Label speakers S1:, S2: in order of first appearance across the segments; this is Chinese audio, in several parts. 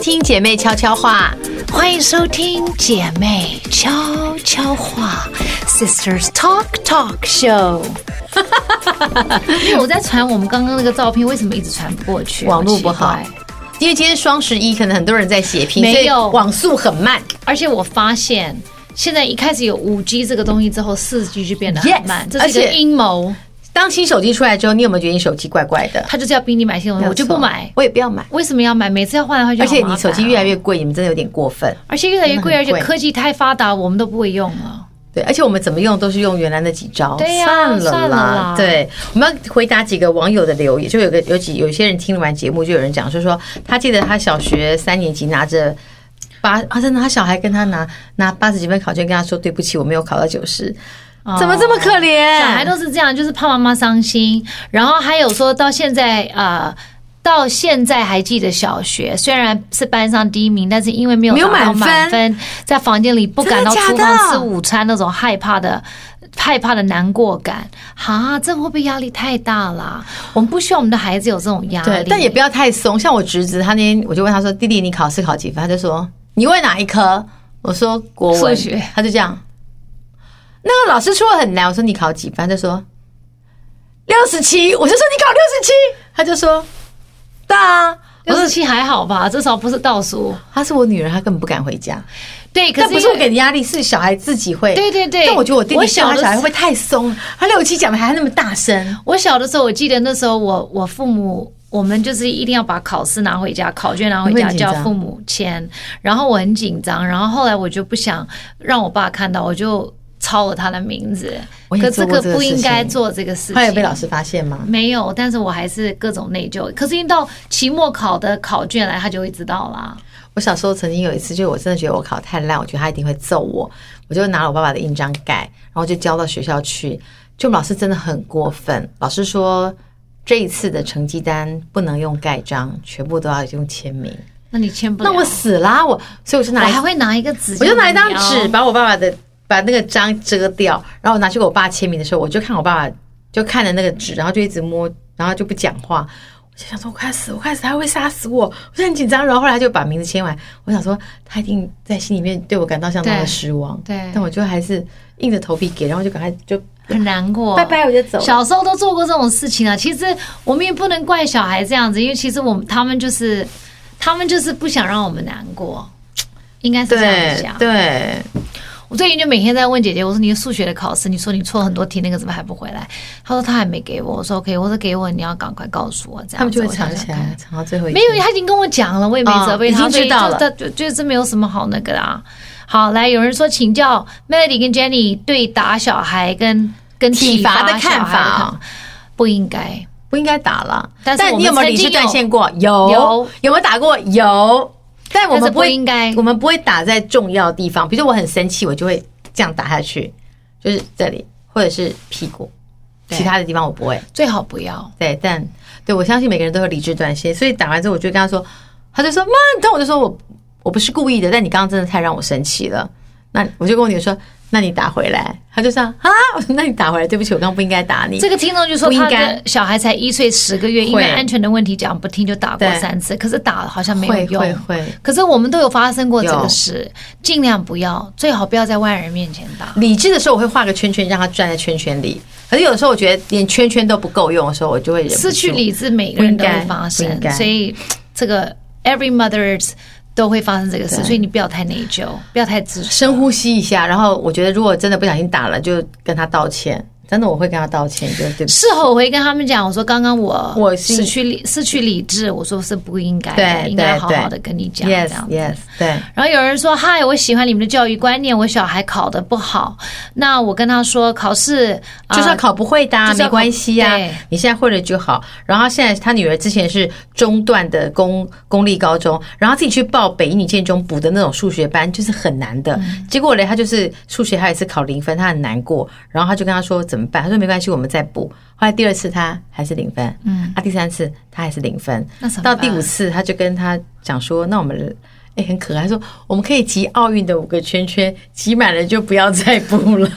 S1: 听姐妹悄悄话，欢迎收听姐妹悄悄话 Sisters Talk Talk Show。
S2: 因为我在传我们刚刚那个照片，为什么一直传不过去？
S1: 网络
S2: 奇
S1: 不好
S2: 怪
S1: 因为今天双十一，可能很多人在血拼，
S2: 没
S1: 所以
S2: 有
S1: 网速很慢。
S2: 而且我发现，现在一开始有五 G 这个东西之后，四 G 就变得很
S1: Yes，
S2: 慢这是一
S1: 而
S2: 个
S1: 且
S2: 阴谋。
S1: 当新手机出来之后，你有没有觉得你手机怪怪的？
S2: 他就是要逼你买新东西，我就不买。
S1: 我也不要买。
S2: 为什么要买？每次要换来换去，
S1: 而且
S2: 好麻
S1: 你
S2: 烦
S1: 手机越来，越贵，你们真的有点过分。
S2: 而且越来越贵，
S1: 真的
S2: 而
S1: 很
S2: 且
S1: 贵
S2: 科技太发达，我们都不会用了。
S1: 对，而且我们怎么用都是用原来那几招，
S2: 对呀
S1: 算了啦。
S2: 算了啦
S1: 对，我们要回答几个网友的留言，就有个有几有些人听完节目，就有人讲，就说他记得他小学三年级拿着。八啊，真的，他小孩跟他拿拿八十几分考卷，跟他说对不起，我没有考到九十，怎么这么可怜？
S2: 哦小孩都是这样，就是怕妈妈伤心。然后还有说到现在啊、呃到现在还记得小学，虽然是班上第一名，但是因为没有
S1: 没有
S2: 拿到
S1: 满分
S2: 满分，在房间里不敢到
S1: 真的
S2: 厨
S1: 假的
S2: 房吃午餐那种害怕的。害怕的难过感，哈，这会不会压力太大啦？我们不希望我们的孩子有这种压力
S1: 对，，但也不要太松。像我侄子，他那天我就问他说：“弟弟，你考试考几分？”他就说：“你问哪一科？”我说：“国文。”
S2: 数学
S1: 他就这样。那个老师出的很难，我说：“你考几分？”他就说：“六十七。”我就说：“你考六十七。”他就说：“对啊。”我
S2: 六
S1: 说
S2: 十七还好吧，至少不是倒数。：“
S1: 她是我女儿，她根本不敢回家。
S2: 对，”可
S1: 但
S2: 是
S1: 不是
S2: 因
S1: 我
S2: 为
S1: 给的压力，是小孩自己会。
S2: 对对对
S1: 但我觉得我弟
S2: 我
S1: 弟
S2: 小
S1: 小他
S2: 的
S1: 小孩
S2: 时
S1: 会不会太松，他六七讲的还那么大声。
S2: 我小的时候，我记得那时候我我父母。我们就是一定要把考试拿回家，考卷拿回
S1: 你
S2: 家
S1: 会紧
S2: 叫
S1: 张
S2: 父母签。然后我很紧张，然后后来我就不想让我爸看到，我就抄了他的名字。
S1: 我也
S2: 可
S1: 做
S2: 这
S1: 过
S2: 个
S1: 这个
S2: 不应该
S1: 事情
S2: 做这个事
S1: 后来有
S2: 情。
S1: 被老师发现吗？
S2: 没有，但是我还是各种内疚。可是一到期末考的考卷来，他就会知道啦。
S1: 我小时候曾经有一次，就我真的觉得我考太烂，我觉得他一定会揍我，我就拿了我爸爸的印章盖，然后就交到学校去。就我们老师真的很过分，老师说这一次的成绩单不能用盖章，全部都要用签名。
S2: 那你签不了，
S1: 那我死啦！我所以我就
S2: 我
S1: 拿一
S2: 还会拿一个纸，
S1: 我就拿一张
S2: 就是
S1: 纸
S2: 描
S1: 把我爸爸的把那个章遮掉，然后我拿去给我爸签名的时候，我就看我爸爸就看着那个纸，然后就一直摸，然后就不讲话。我就想说，我快死，我快死，他会杀死我，我就很紧张。然后后来他就把名字签完，我想说他一定在心里面对我感到相当的
S2: 对
S1: 失望，
S2: 对
S1: 但我就还是硬着头皮给，然后就赶快就
S2: 很难过。
S1: 拜拜，我就走了。
S2: 小时候都做过这种事情啊。其实我们也不能怪小孩这样子，因为其实我们他们就是他们就是不想让我们难过，应该是这样
S1: 对
S2: 想。
S1: 对，
S2: 我最近就每天在问姐姐，我说你的数学的考试，你说你错很多题，那个怎么还不回来？她说她还没给我。我说 OK，我说给我，你要赶快告诉我。这样
S1: 他们就会
S2: 子我想
S1: 藏起
S2: 想
S1: 来
S2: 看，
S1: 藏到最后一
S2: 没
S1: 天
S2: 有，他已经跟我讲了，我也没责备他，
S1: 哦已经知道了
S2: 所以就就就这没有什么好那个的啊。好，来，有人说请教 Melody 跟 Jenny 对打小孩跟跟
S1: 体罚的
S2: 小孩
S1: 看
S2: 看
S1: 法，
S2: 不应该。
S1: 不应该打了。
S2: 但是我们
S1: 你有没有
S2: 曾
S1: 理
S2: 经
S1: 智断
S2: 有
S1: 线过？有
S2: 有
S1: 有没有打过？有。但我
S2: 但是
S1: 们
S2: 不
S1: 会
S2: 应该
S1: 我们不会打在重要地方。比如说我很生气，我就会这样打下去，就是这里或者是屁股，
S2: 对
S1: 其他的地方我不会。
S2: 最好不要。
S1: 对，但对我相信每个人都有理智断线，所以打完之后我就跟他说，他就说妈，你痛，我就说我我不是故意的，但你刚刚真的太让我生气了。那我就跟我女儿说，那你打回来。他就说啊， 我说那你打回来，对不起，我刚刚不应该打你。
S2: 这个听众就说
S1: 不应
S2: 他
S1: 该
S2: 的小孩才一岁十个月，因为
S1: 会
S2: 安全的问题讲不听就打过
S1: 对
S2: 三次，可是打了好像没有
S1: 会会
S2: 用。
S1: 会，
S2: 可是我们都有发生过这个
S1: 有
S2: 事，尽量不要，最好不要在外人面前打。
S1: 理智的时候，我会画个圈圈，让他转在圈圈里。可是有的时候，我觉得连圈圈都不够用的时候，我就会忍不住
S2: 失去理智，每个人都会发
S1: 不应
S2: 生，
S1: 该
S2: 所以这个 every mothers 都会发生这个事，所以你不要太内疚，不要太自私。
S1: 深呼吸一下。然后我觉得，如果真的不小心打了，就跟他道歉。真的，我会跟他道歉，就对不起。
S2: 事后我会跟他们讲，我说刚刚我
S1: 我是
S2: 失去理失去理智，我说是不应该的，
S1: 对
S2: 应该
S1: 对
S2: 好好
S1: 对
S2: 的跟你讲这
S1: Yes,
S2: 样子。
S1: yes，对，
S2: 然后有人说：“嗨，我喜欢你们的教育观念，我小孩考得不好，那我跟他说考试、呃
S1: 就是要考不会的、啊，
S2: 就是要
S1: 没
S2: 考
S1: 关系呀、
S2: 对
S1: 你现在会了就好。然后现在他女儿之前是中段的公公立高中，然后自己去报北一女建中补的那种数学班，就是很难的。
S2: 嗯
S1: 结果嘞，他就是数学还有一次考零分，他很难过。然后他就跟他说怎么办？他说没关系，我们再补。后来第二次他还是零分，嗯，啊，第三次他还是零分，
S2: 那怎么
S1: 到
S2: 办
S1: 第五次他就跟他讲说，那我们。哎、很可爱。他说我们可以集奥运的五个圈圈，集满了就不要再补了。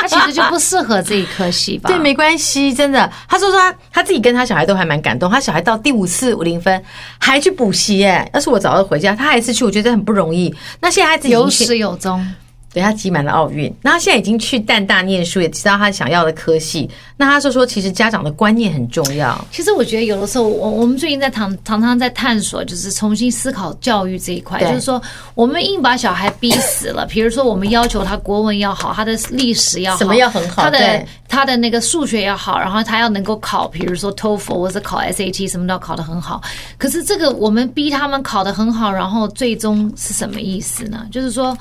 S2: 他其实就不适合这一科系吧？
S1: 对，没关系，真的。他说说他他自己跟他小孩都还蛮感动，他小孩到第五次零分还去补习哎，要是我早就回家，他还是去，我觉得很不容易。那现在他自己已
S2: 有
S1: 经去
S2: 始有终。
S1: 对他挤满了奥运，那他现在已经去淡大念书，也知道他想要的科系。那他就说，其实家长的观念很重要。
S2: 其实我觉得有的时候，我我们最近在常常常在探索，就是重新思考教育这一块，
S1: 对
S2: 就是说我们硬把小孩逼死了，比如说我们要求他国文要好，他的历史要好，
S1: 什么要很好
S2: 他的
S1: 对
S2: 他的那个数学要好，然后他要能够考，比如说 TOEFL 或者考 SAT 什么都要考得很好。可是这个我们逼他们考得很好，然后最终是什么意思呢？就是说。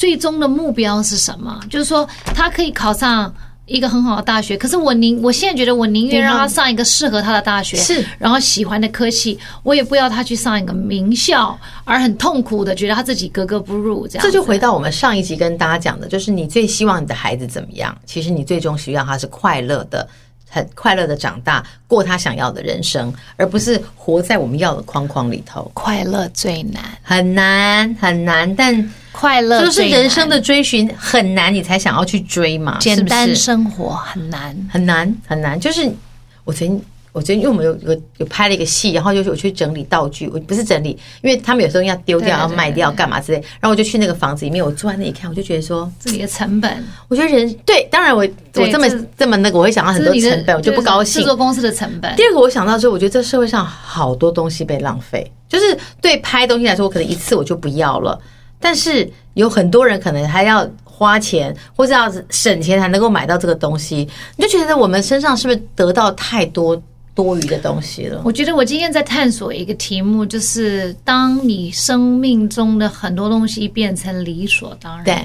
S2: 最终的目标是什么？就是说，他可以考上一个很好的大学，可是我宁我现在觉得我宁愿让他上一个适合他的大学，
S1: 是
S2: 然后喜欢的科系，我也不要他去上一个名校，而很痛苦的觉得他自己格格不入这样子。
S1: 这就回到我们上一集跟大家讲的，就是你最希望你的孩子怎么样？其实你最终希望他是快乐的，很快乐的长大，过他想要的人生，而不是活在我们要的框框里头。
S2: 快乐最难，
S1: 很难很难，但
S2: 快乐
S1: 就是
S2: 最难
S1: 人生的追寻很难，你才想要去追嘛，是
S2: 简
S1: 不
S2: 单
S1: 是？
S2: 生活很难。
S1: 很难很难。就是我昨天我昨天因为我们有有有拍了一个戏，然后就是我去整理道具，我不是整理，因为他们有时候要丢
S2: 对
S1: 掉、
S2: 对
S1: 要
S2: 对
S1: 卖掉、干嘛之类。然后我就去那个房子里面，我坐在那里看，我就觉得说，
S2: 自己的成本，
S1: 我觉得人对，当然我我
S2: 对
S1: 这么
S2: 这
S1: 这么那个，我会想到很多
S2: 这是你的
S1: 成本，我就不高兴
S2: 制。作公司的成本
S1: 第，二个，我想到说，我觉得这社会上好多东西被浪费，就是对拍东西来说，我可能一次我就不要了，但是有很多人可能还要花钱或者要省钱才能够买到这个东西，你就觉得我们身上是不是得到太多多余的东西了？
S2: 我觉得我今天在探索一个题目，就是当你生命中的很多东西变成理所当然，
S1: 对，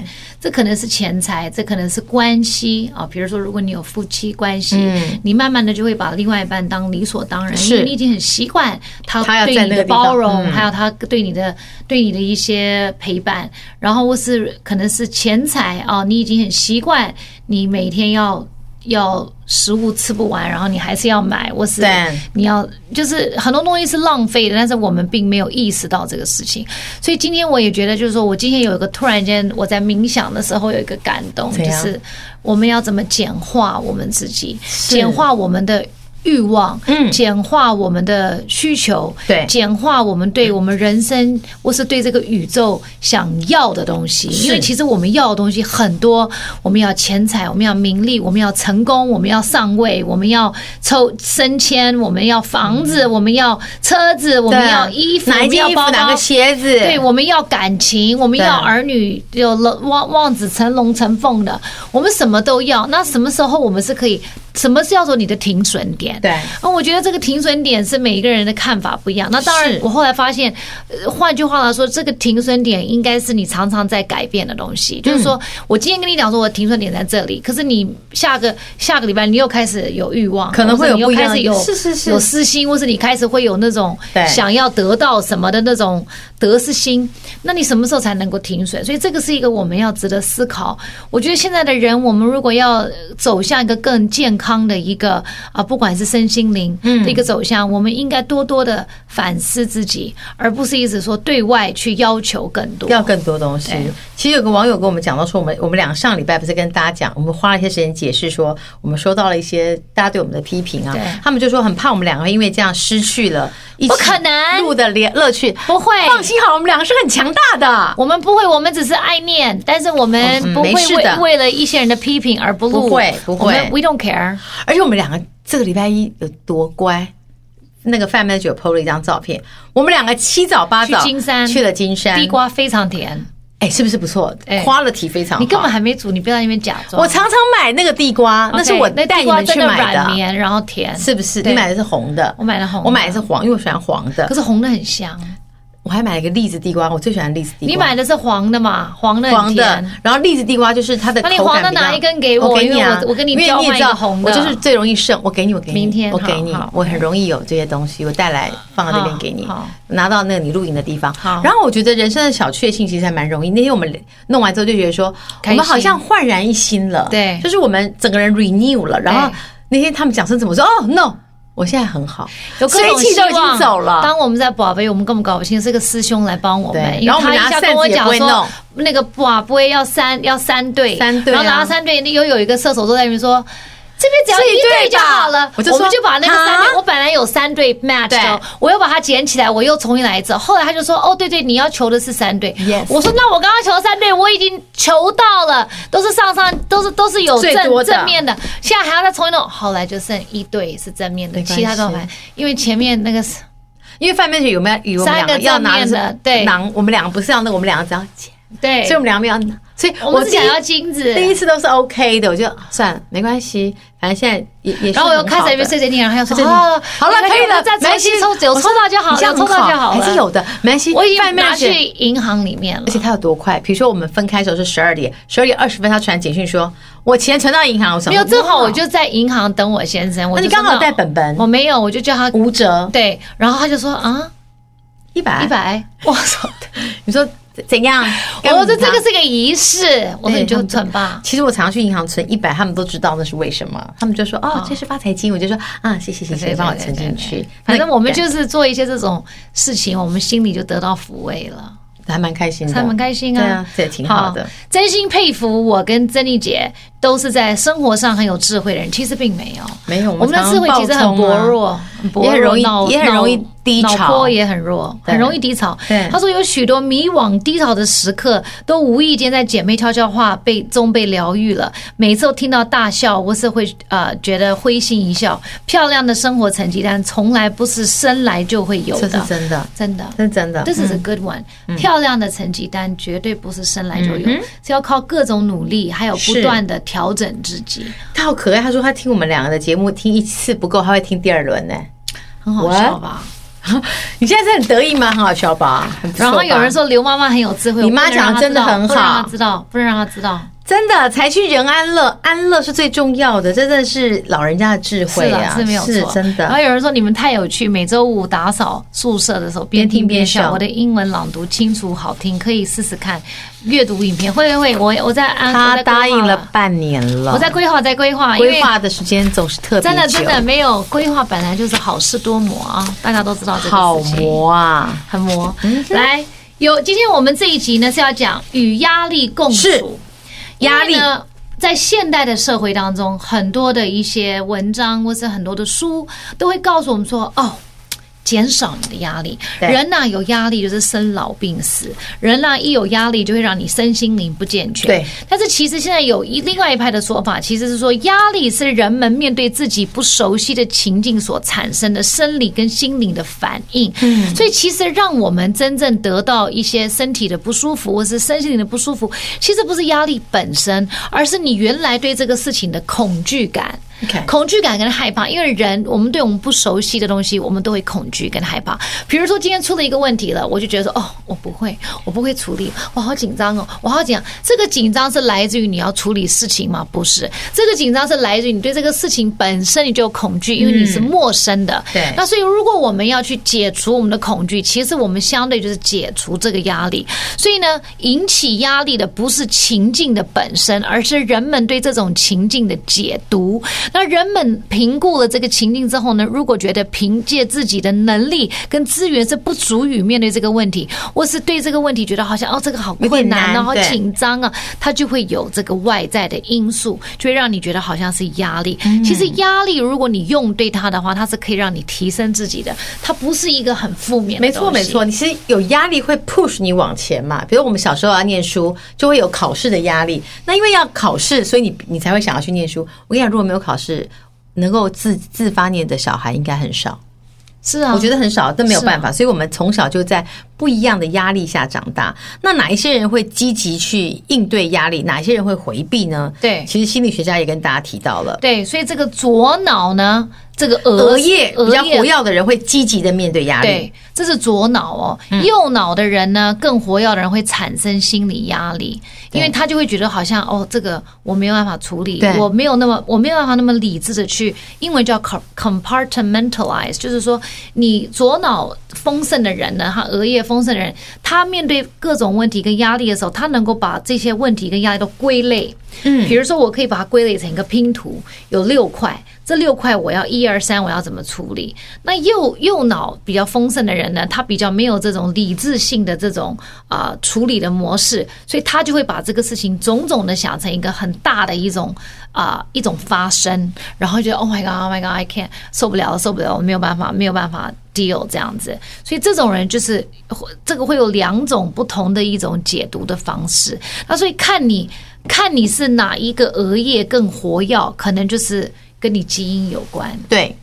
S2: 这可能是钱财，这可能是关系啊，比如说如果你有夫妻关系，你慢慢的就会把另外一半当理所当然，
S1: 嗯是
S2: 因为你已经很习惯他
S1: 他要
S2: 对
S1: 在
S2: 你
S1: 那
S2: 的
S1: 个地方
S2: 包容，
S1: 嗯
S2: 还有他对你的对你的一些陪伴，然后或是可能是钱财啊，你已经很习惯你每天要。要食物吃不完，然后你还是要买，或是
S1: 对
S2: 你要就是很多东西是浪费的，但是我们并没有意识到这个事情。所以今天我也觉得，就是说我今天有一个突然间我在冥想的时候有一个感动，
S1: 怎
S2: 就
S1: 样
S2: 是我们要怎么简化我们自己，简化我们的。欲望，
S1: 嗯
S2: 简化我们的需求，
S1: 对
S2: 简化我们
S1: 嗯
S2: 对我们人生或是对这个宇宙想要的东西，因为
S1: 是
S2: 其实我们要的东西很多，我们要钱财，我们要名利，我们要成功，我们要上位，我们要抽升迁，我们要房子，我们要车子，我
S1: 我
S2: 们要衣
S1: 嗯
S2: 服，
S1: 哪一件衣
S2: 我们要包
S1: 服，
S2: 包
S1: 哪个鞋子？
S2: 对，我们要感情，我们
S1: 对
S2: 要儿女，有了望望子成龙成凤的，我们什么都要。那什么时候我们是可以？什么叫做你的停损点？
S1: 对
S2: 那我觉得这个停损点是每一个人的看法不一样。那当然
S1: 是，
S2: 我后来发现，呃换句话来说，这个停损点应该是你常常在改变的东
S1: 嗯
S2: 西。就是说我今天跟你讲说我停损点在这里，可是你下个下个礼拜你又开始有欲望，
S1: 可能会
S2: 或
S1: 有
S2: 者你又
S1: 不一样
S2: 开始有
S1: 是是是
S2: 有私心，或是你开始会有那种
S1: 对
S2: 想要得到什么的那种得失心，那你什么时候才能够停损？所以这个是一个我们要值得思考。我觉得现在的人，我们如果要呃走向一个更健康的一个啊，不管是身心灵
S1: 嗯
S2: 的一个走向，我们应该多多的反思自己，而不是一直说对外去要求更多。
S1: 要更多东西
S2: 对。
S1: 其实有个网友跟我们讲到说，我们我们俩上礼拜不是跟大家讲，我们花了一些时间解释说，我们收到了一些大家对我们的批评啊
S2: 对，
S1: 他们就说很怕我们两个因为这样失去了一
S2: 不
S1: 起
S2: 可能
S1: 录的乐乐趣。
S2: 不会，
S1: 放心好了，我们两个是很强大的。
S2: 我们不会，我们只是爱念，但是我们
S1: 嗯
S2: 不会
S1: 没事
S2: 为
S1: 的
S2: 为了一些人的批评而不录。
S1: 不会不会嗯
S2: 我们 we don't care。
S1: 而且我们两个这个礼拜一有多乖。那个范 manager PO 了一张照片，我们两个七早八早
S2: 去金山
S1: 去了金山，
S2: 地瓜非常甜，
S1: 哎、是不是不错
S2: 哎？
S1: 花了体非常好。
S2: 你根本还没煮，你不要在那边假装。
S1: 我常常买那个地瓜
S2: OK，
S1: 那是我
S2: 那
S1: 带
S2: 地
S1: 你
S2: 瓜
S1: 们
S2: 真
S1: 去
S2: 的
S1: 买
S2: 软绵，然后甜，
S1: 是不是？
S2: 对
S1: 你买的是红的，
S2: 我买了红的
S1: 我买的是黄，因为我喜欢黄的
S2: 可。是红的很香。
S1: 我还买了一个栗子地瓜，我最喜欢栗子地瓜。
S2: 你买的是黄的嘛？黄的很
S1: 黄的
S2: 甜。，
S1: 然后栗子地瓜就是它的
S2: 那
S1: 口
S2: 你
S1: 感
S2: 黄的
S1: 比较
S2: 拿一根给我
S1: 我给你
S2: 因为
S1: 啊，
S2: 我我跟你
S1: 因为
S2: 交
S1: 也
S2: 换
S1: 知道
S2: 一个红
S1: 我
S2: 的
S1: 就是最容易剩，我给你，我给你，
S2: 明天
S1: 我给你
S2: 好好，
S1: 我很容易有这些东西，我带来放到那边给你
S2: 好好，
S1: 拿到那个你露营的地方
S2: 好。
S1: 然后我觉得人生的小确幸其实还蛮容易。那天我们弄完之后就觉得说，我
S2: 开心
S1: 们好像焕然一新了，
S2: 对
S1: 就是我们整个人 renew 了，然后
S2: 对。
S1: 那天他们讲声怎么说？哦，no，我现在很好，
S2: 有各
S1: 所以
S2: 种
S1: 气
S2: 希
S1: 都
S2: 望。
S1: 已经走了。
S2: 当我们在宝贝，我们根本搞不清是个师兄来帮我
S1: 对
S2: 们，因
S1: 然
S2: 为
S1: 后我们
S2: 他
S1: 拿扇
S2: 一下跟
S1: 子
S2: 我
S1: 也不
S2: 讲
S1: 会弄
S2: 说那个宝贝要三要三对，
S1: 三对啊
S2: 然后拿到三对，又有一个射手座在那边说。这边只要
S1: 这一
S2: 一
S1: 对
S2: 对就
S1: 吧
S2: 好了，
S1: 我就
S2: 们
S1: 说
S2: 就把那个三
S1: 哈
S2: 对，我本来有三对 match
S1: 对
S2: 的，我又把它捡起来，我又重新来一次。后来他就说，哦，对对，你要求的是三对
S1: Yes。
S2: 我说，那我刚刚求的三对，我已经求到了，都是上上都是都是有
S1: 最多
S2: 正
S1: 的
S2: 正面的，现在还要再重新弄。后来就剩一对是正面的，
S1: 没关
S2: 其他都
S1: 系
S2: 还，因为前面那个是
S1: 因为范面姐有没有以为我们两
S2: 三个
S1: 要
S2: 正
S1: 拿
S2: 面的
S1: 是
S2: 对
S1: 囊，我们两个不是要那个，我们两个只要钱，
S2: 对，
S1: 所以我们两个没有拿，所以
S2: 我们是
S1: 第一
S2: 想要金子，
S1: 第一次都是 OK 的，我就啊算了，没关系，反正现在也也是
S2: 然后我又
S1: 很好
S2: 开
S1: 的
S2: 始在那边碎碎念，然后又说
S1: 真的
S2: 哦，
S1: 好了，
S2: 没
S1: 可
S2: 关系
S1: 以了
S2: 我，再
S1: 没
S2: 重
S1: 关系
S2: 新抽，有
S1: 我
S2: 抽到就好，
S1: 你这样
S2: 有抽
S1: 很
S2: 到就好了，
S1: 还是有。的，没关系。
S2: 我已经
S1: 范
S2: 拿
S1: 曼
S2: 去
S1: 姐
S2: 银行里面了
S1: 而，且他有多快？比如说我们分开的时候是十二点，十二点二十分他传简讯说，我钱存到银行，我想
S2: 没
S1: 说
S2: 有，正好
S1: 哇
S2: 我就在银行等我先生，我
S1: 那你
S2: 就
S1: 刚好
S2: 说
S1: 带本本嗯
S2: 我没有，我就叫他
S1: 五折
S2: 对，然后他就说啊
S1: 一百
S2: 一，百，我说
S1: 你说怎样？
S2: 我说
S1: 跟
S2: 这个
S1: 银行。
S2: 是个仪式，我说
S1: 对他
S2: 你就
S1: 们
S2: 存吧，
S1: 其实我常常去银行存一百，他们都知道那是为什么，他们就说哦，这是发财金，我就说啊，谢谢谢
S2: 对
S1: 谢，
S2: 对
S1: 帮我
S2: 对
S1: 存
S2: 对
S1: 进
S2: 对
S1: 去。
S2: 反正我们
S1: 那
S2: 就是做一些这种事情，我们心里就得到抚慰了。
S1: 还蛮开心的，
S2: 他们开心
S1: 对
S2: 啊
S1: 啊，，这也挺好的。
S2: 真心佩服我跟珍妮姐都是在生活上很有智慧的人，其实并没有，
S1: 没有，
S2: 我们的
S1: 常
S2: 智慧
S1: 常
S2: 其实
S1: 暴
S2: 很
S1: 冲
S2: 薄
S1: 啊
S2: 弱，很薄
S1: 也很容易
S2: 弱
S1: 也很容易低
S2: 脑
S1: 潮
S2: 脑波也很弱，
S1: 对
S2: 很容易低潮
S1: 对。
S2: 他说有许多迷惘低潮的时刻，都无意间在姐妹悄悄话被中被疗愈了。每次都听到大笑，我是会呃觉得会心一笑。漂亮的生活成绩单从来不是生来就会有
S1: 这是
S2: 的，
S1: 真的，
S2: 真的。
S1: 这是真的。
S2: This is a good one、漂
S1: 嗯
S2: 亮的成绩单绝对不是生来就有，是要靠各种努力，还有不
S1: 是
S2: 断的调整自己，
S1: 他好可爱，他说他听我们两个的节目听一次不够，他会听第二轮呢。
S2: 很好
S1: What？
S2: 笑吧？
S1: 你现在是很得意吗？很好笑吧？很不错
S2: 然后
S1: 吧
S2: 有人说刘妈妈很有智慧，
S1: 你妈
S2: 我不能让她
S1: 讲得真的
S2: 知道
S1: 很好
S2: 不能让她知道，不能让她知道。
S1: 真的，财去人安乐，安乐是最重要的，这真的是老人家的智慧
S2: 是的，
S1: 啊，
S2: 是没有错，
S1: 真
S2: 然后
S1: 的。
S2: 有人说你们太有趣，每周五打扫宿舍的时候边
S1: 边听
S2: 听边
S1: 边笑
S2: 笑。我的英文朗读清楚好听，可以试试看。阅读影片会会会，我我在安
S1: 他
S2: 我在规划
S1: 答应了半年了，
S2: 我在规划，在规划，因为
S1: 规划的时间总是特别
S2: 真
S1: 久，
S2: 的真的没有规划，本来就是好事多磨啊！大家都知道这
S1: 好
S2: 个事情，
S1: 磨啊！
S2: 很磨。来，有今天我们这一集呢是要讲与压力共
S1: 是
S2: 处，
S1: 压力
S2: 因为呢。在现代的社会当中，很多的一些文章或是很多的书都会告诉我们说：“哦，减少你的压力。
S1: 对
S2: 人呐、有压力就是生老病死，人呐、一有压力就会让你身心灵不健全。
S1: 对，
S2: 但是其实现在有一另外一派的说法，其实是说压力是人们面对自己不熟悉的情境所产生的生理跟心理的反应。嗯，所以其实让我们真正得到一些身体的不舒服或是身心灵的不舒服，其实不是压力本身，而是你原来对这个事情的恐惧感。
S1: OK
S2: 恐惧感跟害怕，因为人我们对我们不熟悉的东西，我们都会恐惧跟害怕。比如说今天出了一个问题了，我就觉得说，哦，我不会，我不会处理，我好紧张哦，我好紧张。这个紧张是来自于你要处理事情吗？不是，这个紧张是来自于你对这个事情本身你就有恐惧，因为你是陌生的。
S1: 嗯对
S2: 那所以如果我们要去解除我们的恐惧，其实我们相对就是解除这个压力。所以呢，引起压力的不是情境的本身，而是人们对这种情境的解读。那人们评估了这个情境之后呢，如果觉得凭借自己的能力跟资源是不足以面对这个问题，或是对这个问题觉得好像哦这个好困难
S1: 有点难
S2: 然后
S1: 对
S2: 紧张啊，它就会有这个外在的因素，就会让你觉得好像是压力。
S1: 嗯
S2: 其实压力，如果你用对它的话，它是可以让你提升自己的，它不是一个很负面的
S1: 没错
S2: 东西
S1: 没错，。你其实有压力会 push 你往前嘛。比如我们小时候要啊念书，就会有考试的压力。那因为要考试，所以你你才会想要去念书。我跟你讲，如果没有考试，能够自自发念的小孩应该很少。
S2: 是啊，
S1: 我觉
S2: 得
S1: 得很少，但没有办
S2: 啊
S1: 法，所以我们从小就在不一样的压力下长大。那哪一些人会积极去应对压力，哪一些人会回避呢？
S2: 对
S1: 其实心理学家也跟大家提到了，
S2: 对，所以这个左脑呢，这个额
S1: 额叶比
S2: 额
S1: 较
S2: 叶
S1: 活跃的人会积极的面对压力嗯
S2: 对，，这是左脑哦，右脑的人呢，更活跃的人会产生心理压力，因为他就会觉得好像哦，这个我没有办法处理
S1: 对，
S2: 我没有那么我没有办法那么理智的去，英文叫 com- compartmentalize，就是说你左脑丰盛的人呢，他额叶丰盛的人，他面对各种问题跟压力的时候，他能够把这些问题跟压力都归类，嗯，比如说我可以把它归类成一个拼图，有六块，这六块我要一二三，我要怎么处理？那右右脑比较丰盛的人呢，他比较没有这种理智性的这种啊、呃处理的模式，所以他就会把这个事情种种的想成一个很大的一种啊、一种发生，然后觉得 Oh my God，Oh my God，I can't 受不了，受不了，我没有办法，没有办法 deal 这样子。所以这种人就是这个会有两种不同的一种解读的方式。那所以看你看你是哪一个额叶更活跃，可能就是跟你基因有关。
S1: 对，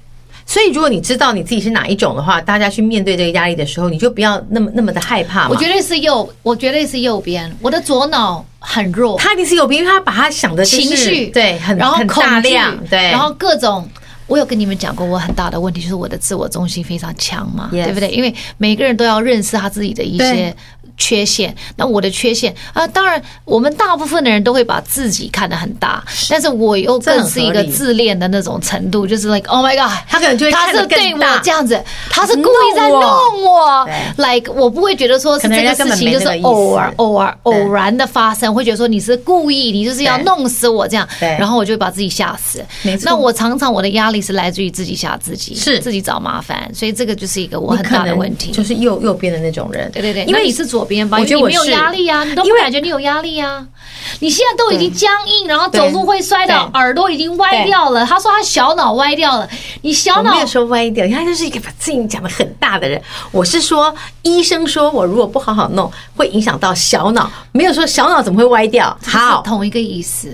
S1: 所以如果你知道你自己是哪一种的话，大家去面对这个压力的时候，你就不要那么那么的害怕嘛。
S2: 我绝对是右，我绝对是右边，我的左脑很弱，
S1: 他一定是有病，因为他把他想的、就是、
S2: 情绪
S1: 对很
S2: 然后
S1: 很
S2: 恐
S1: 大
S2: 惧
S1: 量，对，
S2: 然后各种。我有跟你们讲过，我很大的问题就是我的自我中心非常强嘛
S1: Yes
S2: 对不对？因为每个人都要认识他自己的一
S1: 对
S2: 些缺陷。那我的缺陷啊、当然我们大部分的人都会把自己看得很大，但是我又
S1: 这很
S2: 更是一
S1: 合
S2: 个
S1: 理
S2: 自恋的那种程度，就是 like oh my god，
S1: 他可能就会
S2: 他
S1: 看得
S2: 是对
S1: 更
S2: 我
S1: 大
S2: 这样子，他是故意在
S1: 弄
S2: 弄
S1: 我
S2: 我
S1: 对
S2: ，like 我不会觉得说
S1: 可
S2: 是
S1: 能
S2: 这
S1: 人
S2: 个
S1: 家根
S2: 事
S1: 本
S2: 情
S1: 没
S2: 就是
S1: 那个意思
S2: 偶尔偶尔偶
S1: 对
S2: 然。偶然的发生，会觉得说你是故意，你就是要
S1: 对
S2: 弄死我这样，
S1: 对
S2: 然后我就会把自己吓死
S1: 没。错
S2: 那我常常我的压力是来自于自己吓自己，
S1: 是
S2: 自己找麻烦，所以这个就是一个我
S1: 你
S2: 很
S1: 可
S2: 大的
S1: 能
S2: 问题。
S1: 就是右右边的那种人，
S2: 对对对，
S1: 因
S2: 那
S1: 为
S2: 你是左边吧？
S1: 我觉得
S2: 你
S1: 我
S2: 没有
S1: 是
S2: 压力啊，你都不
S1: 因为
S2: 感觉你有压力啊。你现在都已经僵硬，然后
S1: 对
S2: 走路会摔倒，
S1: 对
S2: 耳朵已经歪
S1: 对
S2: 掉了。他说他小脑歪掉了，你小
S1: 我没
S2: 脑
S1: 有说歪掉，他就是一个把自己讲的很大的人。我是说，医生说我如果不好好弄，会影响到小脑，没有说小脑怎么会歪掉。
S2: 是
S1: 好，
S2: 同一个意思。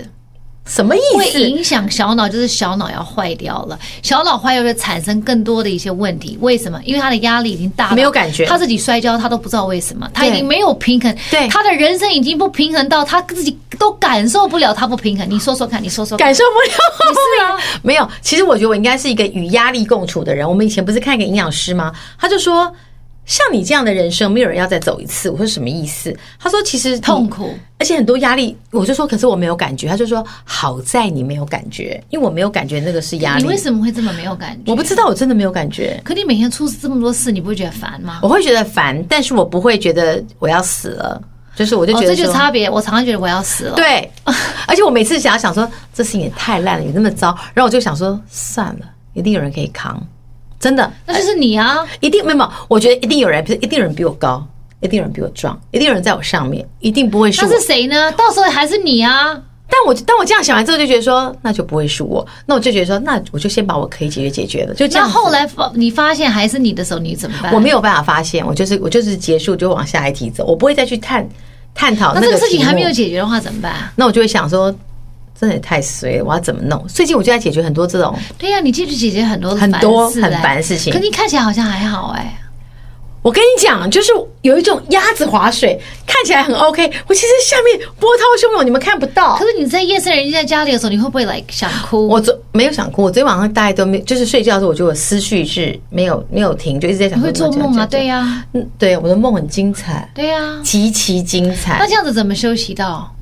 S1: 什么
S2: 会
S1: 意思？
S2: 影响小脑，就是小脑要坏掉了，小脑坏掉就产生更多的一些问题。为什么？因为他的压力已经大到
S1: 没有感觉
S2: 他自己摔跤他都不知道为什么，他已经没有平衡，
S1: 对
S2: 他的人生已经不平衡到他自己都感受不了他不平衡。你说说看，你说说看
S1: 感受不了。
S2: 是啊，
S1: 没有，其实我觉得我应该是一个与压力共处的人。我们以前不是看一个营养师吗？他就说，像你这样的人生，没有人要再走一次。我说什么意思？他说，其实你
S2: 痛苦，
S1: 而且很多压力。我就说，可是我没有感觉。他就说，好在你没有感觉，因为我没有感觉，那个是压力。
S2: 你为什么会这么没有感觉？
S1: 我不知道，我真的没有感觉。
S2: 可你每天出这么多事，你不会觉得烦吗？
S1: 我会觉得烦，但是我不会觉得我要死了，就是我就
S2: 哦，
S1: 觉
S2: 这
S1: 得
S2: 就是
S1: 说。
S2: 差别。我常常觉得我要死了。
S1: 对，而且我每次想要想说这事情也太烂了，也那么糟，然后我就想说算了，一定有人可以扛，真的，
S2: 那就是你啊！
S1: 一定没有没有，我觉得一定有人，比如一定有人比我高，一定有人比我壮，一定有人在我上面，一定不会是
S2: 那
S1: 我。
S2: 是谁呢？到时候还是你啊！
S1: 但我当我这样想完之后，就觉得说那就不会是我，那我就觉得说那我就先把我可以解决解决了，就这
S2: 那
S1: 样子。
S2: 后来发你发现还是你的时候，你怎么办？
S1: 我没有办法发现，我就是我就是结束就往下一题走，我不会再去探探讨
S2: 那
S1: 哦个
S2: 这个事情还没
S1: 题目
S2: 有解决的话怎么办？
S1: 那我就会想说，真的也太衰了，我要怎么弄？最近我就在解决很多这种，
S2: 对呀、你继续解决很多
S1: 很多
S2: 烦事
S1: 很
S2: 哎
S1: 烦事情
S2: 可你看起来好像还好哎、
S1: 我跟你讲，就是有一种鸭子划水，看起来很 OK，我其实下面波涛汹涌，你们看不到
S2: 可。是你在夜深人静在家里的时候，你会不会 like 想哭？
S1: 我昨没有想过，我昨天晚上大概都没，就是睡觉的时候，我觉得我思绪是没有没有停，就一直在想
S2: 你
S1: 说。
S2: 会做梦啊？对呀、
S1: 嗯，对，我的梦很精彩，
S2: 对呀、
S1: 极其精彩
S2: 那。这样子怎么休息到？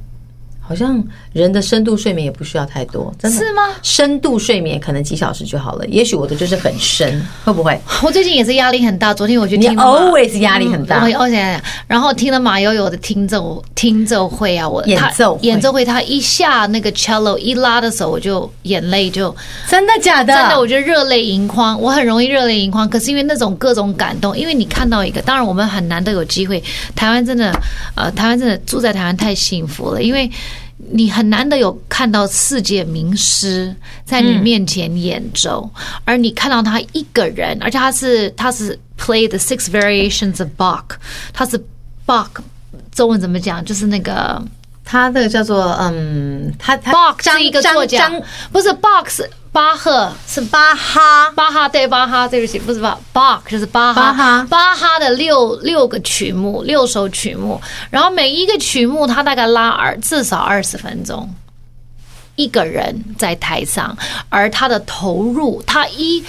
S1: 好像人的深度睡眠也不需要太多，真的
S2: 是吗？
S1: 深度睡眠可能几小时就好了，也许我的就是很深， 会不会？
S2: 我最近也是压力很大，昨天我去
S1: 你
S2: 听了马嗯
S1: always 压力很大。
S2: 我我想想，然后听了马友友的听奏听奏会啊，我
S1: 演
S2: 他
S1: 奏会
S2: 演奏会，他一下那个 cello 一拉的时候，我就眼泪就
S1: 真的假的？
S2: 真的，我觉得热泪盈眶，我很容易热泪盈眶。可是因为那种各种感动，因为你看到一个，当然我们很难得有机会，台湾真的，呃，台湾真的住在台湾太幸福了，因为。你很难得有看到世界名师在你面前演奏，而你看到他一个人，而且他是他是 play the six variations of Bach，他是 Bach，中文怎么讲？就是那个
S1: 他那个叫做嗯，他他
S2: Bach 是一个
S1: 张
S2: 作家
S1: 张，
S2: 不是 Bach 是巴赫是巴哈巴哈对巴哈，对不起不是巴 Bach 就是巴哈
S1: 巴哈
S2: 巴哈的六六个曲目六首曲目，然后每一个曲目他大概拉二至少二十分钟。一个人在台上，而他的投入，他一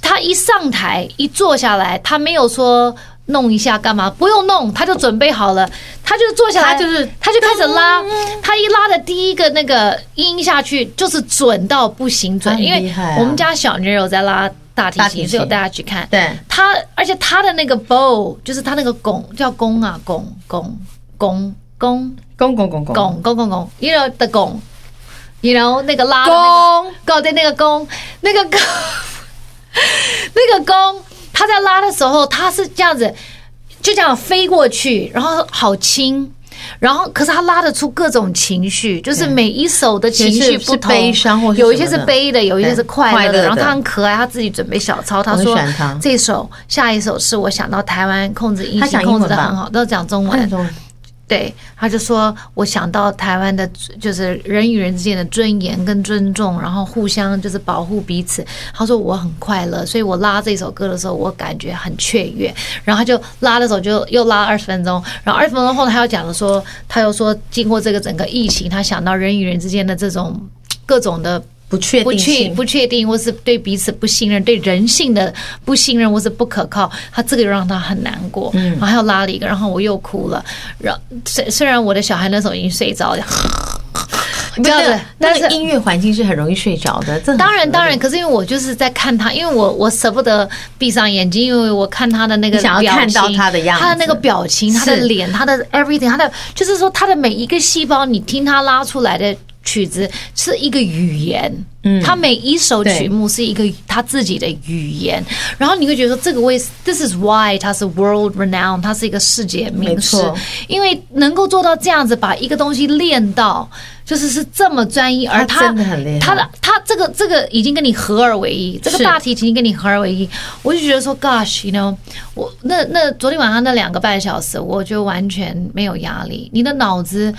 S2: 他一上台一坐下来，他没有说弄一下干嘛，不用弄，他就准备好了，他就坐下来，
S1: 他就是
S2: 他就开始拉，他一拉的第一个那个音下去就是准到不行准，
S1: 他很
S2: 因
S1: 厉
S2: 为
S1: 害啊
S2: 我们家小女儿有在拉大提
S1: 大提
S2: 琴，
S1: 琴
S2: 所以我带她去看，
S1: 对
S2: 他而且他的那个 bow 就是他那个弓叫弓啊弓弓弓弓
S1: 公公公公
S2: 拱拱拱拱，you know the 拱 you know 那个拉的那个弓，对，那个弓，那个弓， 那个弓，他在拉的时候，他是这样子，就这样飞过去，然后好轻。然后，可是他拉得出各种情绪，就是每一首的情绪不同，
S1: 是悲伤或是
S2: 有一些是
S1: 什么的
S2: 悲的，有一些是
S1: 对
S2: 快
S1: 快
S2: 乐
S1: 乐的
S2: 然后他很可爱，他自己准备小抄，他
S1: 很
S2: 说
S1: 喜欢他
S2: 这首下一首是我想到台湾控制音
S1: 他
S2: 型
S1: 讲英
S2: 控制
S1: 文
S2: 的
S1: 吧
S2: 很好，都讲中文。对，他就说我想到台湾的，就是人与人之间的尊严跟尊重，然后互相就是保护彼此。他说我很快乐，所以我拉这首歌的时候，我感觉很雀跃。然后他就拉的时候就又拉二十分钟，然后二十分钟后呢，他又讲了说，他又说经过这个整个疫情，他想到人与人之间的这种各种的
S1: 不确
S2: 不
S1: 定
S2: 确
S1: 性，
S2: 不确定，或是对彼此不信任，对人性的不信任，或是不可靠，他这个让他很难过。
S1: 嗯
S2: 然后还有拉了一个，然后我又哭了。然虽虽然我的小孩那时候已经睡着了，这样子，但
S1: 那
S2: 是
S1: 个音乐环境是很容易睡着的。这很
S2: 当然
S1: 合理
S2: 当然，，可是因为我就是在看他，因为我我舍不得闭上眼睛，因为我看他的那个
S1: 你想要
S2: 表情
S1: 看到他的样子
S2: 他的那个表情，
S1: 是
S2: 他的脸，他的 everything，他的就是说他的每一个细胞，你听他拉出来的。曲子是一个语言，嗯，他每一首曲目是一个他自己的语言，然后你会觉得说这个为 this is why 他是 world renowned，他是一个世界名师
S1: 没错，
S2: 因为能够做到这样子，把一个东西练到就是是这么专一，而
S1: 他真的很厉害
S2: 他的他这个这个已经跟你合二为一，这个
S1: 是
S2: 大提琴跟你合二为一，我就觉得说，Gosh，you know，我那那昨天晚上那两个半小时，我就完全没有压力，你的脑子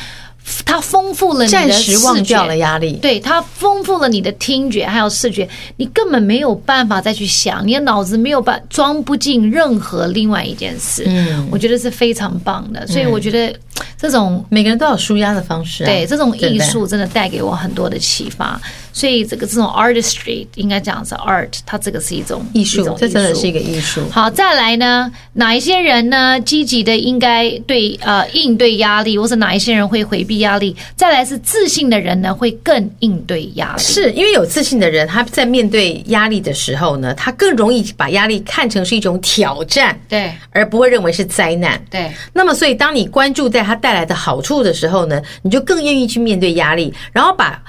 S2: 它丰富了你
S1: 暂
S2: 的
S1: 时
S2: 视觉
S1: 忘掉了压力。
S2: 对它丰富了你的听觉还有视觉，你根本没有办法再去想，你的脑子没有办装不进任何另外一件事，
S1: 嗯，
S2: 我觉得是非常棒的，所以我觉得这种
S1: 每个人都有舒压的方式啊、
S2: 对这种艺
S1: 不对
S2: 术真的带给我很多的启发，所以这个这种 artistry 应该讲是 art，它这个是一种
S1: 艺
S2: 一
S1: 术
S2: 种，
S1: 这真的是一
S2: 个。
S1: 个艺术。
S2: 好，再来呢？哪一些人呢？积极的应该对呃应对压力，或者哪一些人会回避压力？再来是自信的人呢，会更应对压力。
S1: 是因为有自信的人，他在面对压力的时候呢，他更容易把压力看成是一种挑战，
S2: 对
S1: 而不会认为是灾难。
S2: 对
S1: 那么，所以当你关注在它带来的好处的时候呢，你就更愿意去面对压力，然后把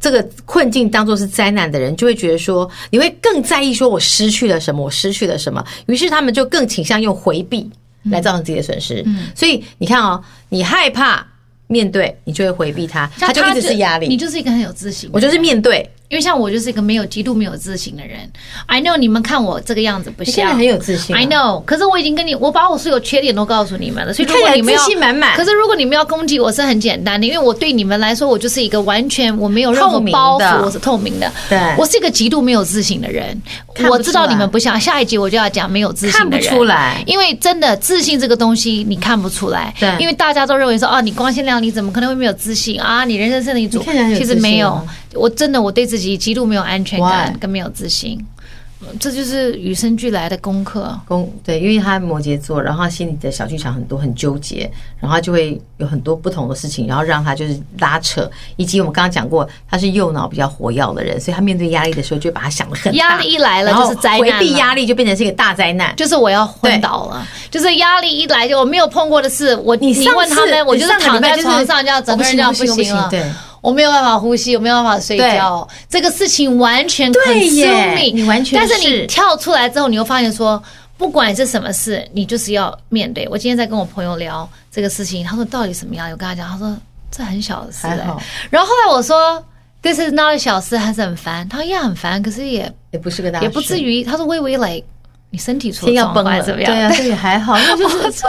S1: 这个困境当做是灾难的人，就会觉得说，你会更在意说我失去了什么，我失去了什么，于是他们就更倾向用回避来造成自己的损失。所以你看哦，你害怕面对，你就会回避它，它就一直是压
S2: 你
S1: 力。
S2: 就是一个很有自信的人。
S1: 我就是面对，
S2: 因为像我就是一个没有极度没有自信的人。I know 你们看我这个样子不
S1: 你现
S2: 像，
S1: 在很有自信啊
S2: I know，可是我已经跟你，我把我所有缺点都告诉你们了，所以
S1: 你
S2: 如
S1: 看起
S2: 果
S1: 来
S2: 你们要
S1: 自信满满
S2: 可是如果你们要攻击我是很简单的，因为我对你们来说，我就是一个完全我没有任何
S1: 透明的
S2: 包袱，我是透明的。
S1: 对
S2: 我是一个极度没有自信的人。
S1: 看不
S2: 我知道
S1: 出来
S2: 你们不像，下一集我就要讲没有自信的人。
S1: 看不出来
S2: 因为真的自信这个东西你看不出来，
S1: 对
S2: 因为大家都认为说，哦，你光鲜亮丽，怎么可能会没有自信啊？你人生胜利组
S1: 你看起来很有
S2: 其
S1: 自信
S2: 实
S1: 啊
S2: 没有，我真的我对自己极度没有安全感
S1: Why？
S2: 跟没有自信，这就是与生俱来的功课。
S1: 公对，因为他摩羯座，然后他心里的小剧场很多，很纠结，然后他就会有很多不同的事情，然后让他就是拉扯，以及我们刚刚讲过，他是右脑比较活跃的人，所以他面对压力的时候就会把它想得很大，
S2: 压力一来了
S1: 然后
S2: 就是灾难了
S1: 回避 压力就变成是一个大灾难。
S2: 就是我要昏倒了，就是压力一来就我没有碰过的事，我
S1: 你上次
S2: 问他们，我就
S1: 你
S2: 是
S1: 上个
S2: 躺
S1: 礼拜
S2: 在
S1: 就是
S2: 床上这样，整个人这样
S1: 我不行
S2: 行了，
S1: 我不行对
S2: 我没有办法呼吸，我没有办法睡觉，这个事情完全
S1: 对耶
S2: consuming，
S1: 你完全
S2: 但是
S1: 是
S2: 你跳出来之后，你又发现说。不管是什么事，你就是要面对。我今天在跟我朋友聊这个事情，他说到底什么样？我跟他讲，他说这很小的事、欸
S1: 还好
S2: 然后后来我说，This is not a 小事，还是很烦。他说也很烦，可是也
S1: 也不是个大，
S2: 也不至。于。他说微微 like 你身体出了
S1: 天要
S2: 状
S1: 崩
S2: 况还
S1: 了，
S2: 是怎么
S1: 对
S2: 样？
S1: 啊，这也还好，那就是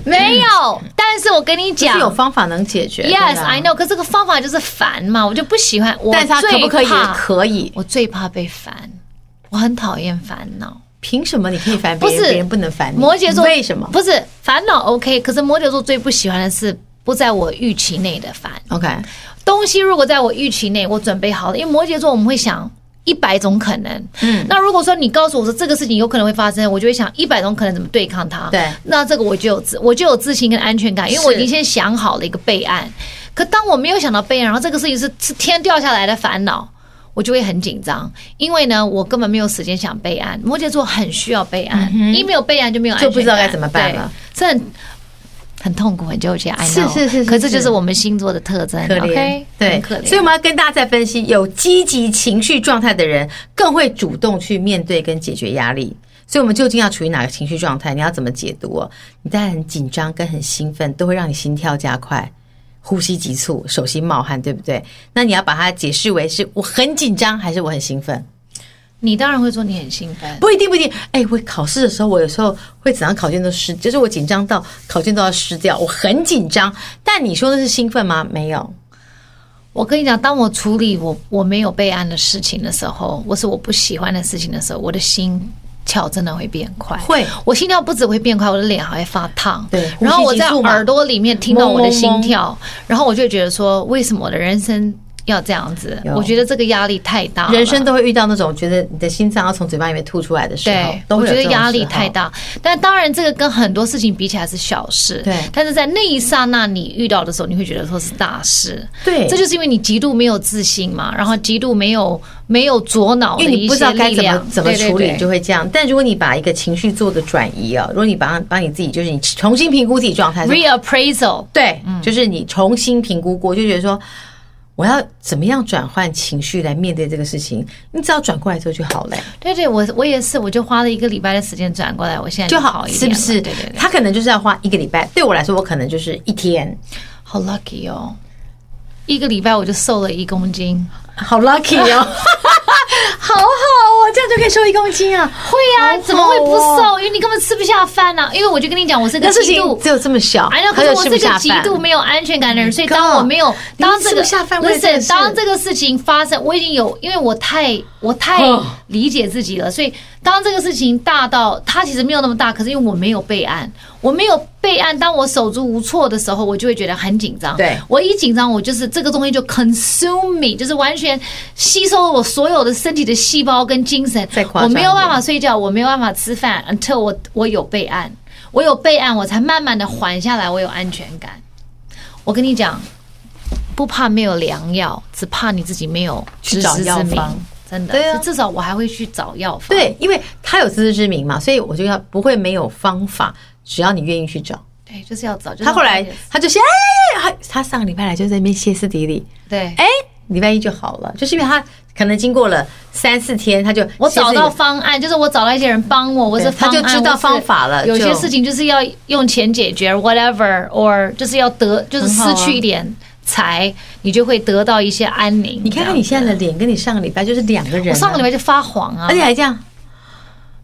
S2: 没有，但是我跟你
S1: 就是
S2: 讲
S1: 有方法能解决。对啊
S2: ，yes I know，可这个方法就是烦嘛，我就不喜欢。我
S1: 但是他可
S2: 最
S1: 不可以？
S2: 怕
S1: 可以，
S2: 我最怕被烦，我很讨厌烦恼。
S1: 凭什么你可以烦
S2: 不
S1: 别
S2: 是
S1: 人，别人不能烦你？
S2: 摩羯座
S1: 为什么
S2: 不是烦恼 OK？可是摩羯座最不喜欢的是不在我预期内的烦。
S1: ？OK，
S2: 东西如果在我预期内，我准备好了，因为摩羯座我们会想。一百种可能，嗯，那如果说你告诉我说这个事情有可能会发生，我就会想一百种可能怎么对抗它。
S1: 对
S2: 那这个我就有自我就有自信跟安全感，因为我已
S1: 是
S2: 经先想好了一个备案。可当我没有想到备案，然后这个事情是是天掉下来的烦恼，我就会很紧张，因为呢，我根本没有时间想备案。
S1: 嗯
S2: 摩羯座很需要备案，一没有备案就没有安全
S1: 就不知道该怎么办了
S2: 对这很很痛苦、很纠结。I
S1: 是
S2: know，
S1: 是是是
S2: 可这就是是我们星座的特征。
S1: 可怜
S2: OK，
S1: 对
S2: 很可，
S1: 所以我
S2: 怜。
S1: 们要跟大家再分析，有积极情绪状态的人更会主动去面对跟解决压力。所以，我们究竟要处于哪个情绪状态？你要怎么解读、哦？你当然很紧张跟很兴奋，都会让你心跳加快、呼吸急促、手心冒汗，对不对？那你要把它解释为是我很紧张，还是我很兴奋？
S2: 你当然会说你很兴奋，
S1: 不一定，不一定。哎，我考试的时候，我有时候会整张考卷都湿，就是我紧张到考卷都要湿掉，我很紧张。但你说的是兴奋吗？没有。
S2: 我跟你讲，当我处理我我没有备案的事情的时候，或是我不喜欢的事情的时候，我的心跳真的会变快。
S1: 会
S2: 我心跳不止会变快，我的脸还会发烫。
S1: 对
S2: 然后我在
S1: 呼吸急促嘛
S2: 耳朵里面听到我的心
S1: 嗡嗡
S2: 跳，然后我就觉得说，为什么我的人生要这样子
S1: 有？
S2: 我觉得这个压力太大了。
S1: 人生都会遇到那种觉得你的心脏要从嘴巴里面吐出来的时候
S2: 对，，
S1: 都
S2: 我
S1: 会有
S2: 觉
S1: 这
S2: 得
S1: 种
S2: 压力
S1: 时候
S2: 太。大。但当然，这个跟很多事情比起来是小事。
S1: 对
S2: 但是在那一刹那你遇到的时候，你会觉得说是大事。
S1: 对
S2: 这就是因为你极度没有自信嘛，然后极度没有没有左脑的
S1: 因为你
S2: 一
S1: 不知道
S2: 些
S1: 该
S2: 力
S1: 怎么
S2: 量，
S1: 怎么
S2: 对对
S1: 处理，
S2: 对
S1: 就会这样。但如果你把一个情绪做个转移啊，如果你把把你自己就是你重新评估自己状态的时候，
S2: reappraisal。
S1: 对，
S2: 嗯
S1: 就是你重新评估过，就觉得说我要怎么样转换情绪来面对这个事情，你只要转过来之后就好了。
S2: 对对，我我也是，我就花了一个礼拜的时间转过来，我现在
S1: 就
S2: 好
S1: 好，
S2: 一
S1: 是
S2: 点
S1: 不
S2: 了，
S1: 是？
S2: 对对对，
S1: 他可能就是要花一个礼拜，对我来说，我可能就是一天。
S2: 好 lucky 哦。一个礼拜我就瘦了一公斤，
S1: 好 lucky 哦，好好哦，这样就可以瘦一公斤啊！哦
S2: 会啊，怎么会不瘦？因为你根本吃不下饭啊！因为我就跟你讲，我是个
S1: 那事
S2: 极
S1: 情
S2: 度
S1: 只有这么小，
S2: 哎，那可
S1: 还
S2: 是
S1: 有吃
S2: 我是
S1: 不
S2: 个
S1: 下
S2: 极
S1: 饭。
S2: 度没有安全感的人，所以
S1: God，
S2: 当我没有
S1: 你
S2: 当这
S1: 吃
S2: 个
S1: 不下饭为了这个
S2: listen，
S1: 事
S2: 当这个事情发生，我已经有，因为我太我太
S1: 哦
S2: 理解自己了，所以当这个事情大到它其实没有那么大，可是因为我没有备案，我没有备案，当我手足无措的时候，我就会觉得很紧张。
S1: 对
S2: 我一紧张，我就是这个东西就 consume me，就是完全吸收了我所有的身体的细胞跟精神
S1: 再，夸张
S2: 我
S1: 一点
S2: 没有办法。我没有办法睡觉，我没有办法吃饭，until 我我有备案，我有备案，我才慢慢的缓下来，我有安全感。我跟你讲，不怕没有良药，只怕你自己没有
S1: 去
S2: 知
S1: 找
S2: 识
S1: 药
S2: 之明
S1: 方。
S2: 真的，
S1: 对啊
S2: 所以至少我还会去找药方。，
S1: 对，因为他有自知之明嘛，所以我就要不会没有方法，只要你愿意去找。
S2: 对，就是要找。就是
S1: 他后来
S2: 要找
S1: 他就先，哎他他上个礼拜来就在那边歇斯底里，
S2: 对，
S1: 哎，礼拜一就好了，就是因为他可能经过了三四天，他就
S2: 我
S1: 歇斯
S2: 找
S1: 底
S2: 到
S1: 里
S2: 方案，就是我找到一些人帮我，我是
S1: 他就知道方法了
S2: 有些
S1: 就
S2: 事情就是要用钱解决，whatever，or 就是要得，就是
S1: 很好
S2: 失
S1: 啊
S2: 去一点财，你就会得到一些安宁。
S1: 你看看
S2: 这
S1: 你
S2: 样
S1: 现在的脸，跟你上个礼拜就是两个人啊、
S2: 我上个礼拜就发黄啊
S1: 而，且还这样，